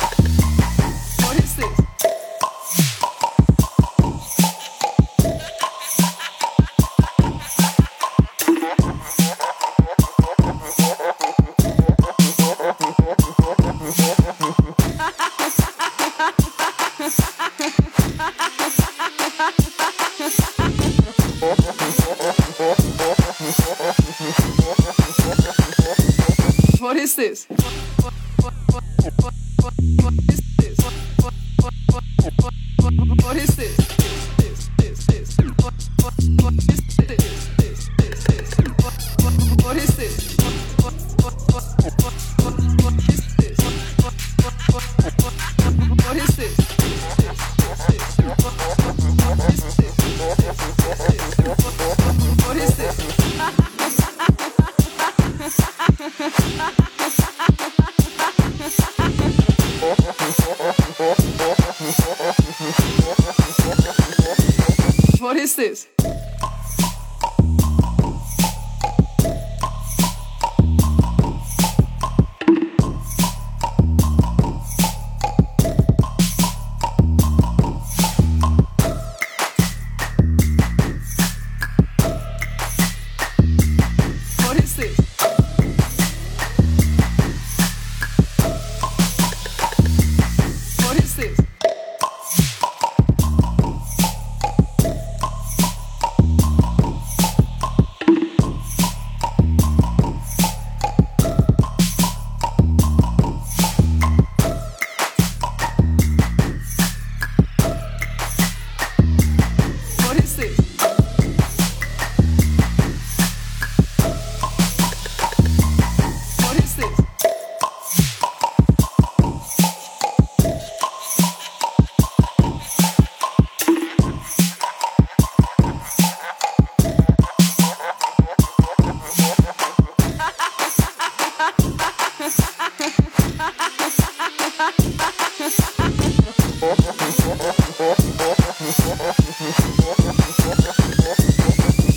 B: What is this? What is this? What- what- what- what- what- what is this? What- what- what- what- what- what- What is this? This- this- this- this. What- what- what is this? This- this- this. What- what- what is this? What- what- what- what- what- what- what is this? What- what- what- what- what- what- what is this? This- this- this. What- what- what is this? This- this- this. What- what- what is this? What is this? What is this? What is this? What is this? What is this?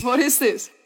B: What is this?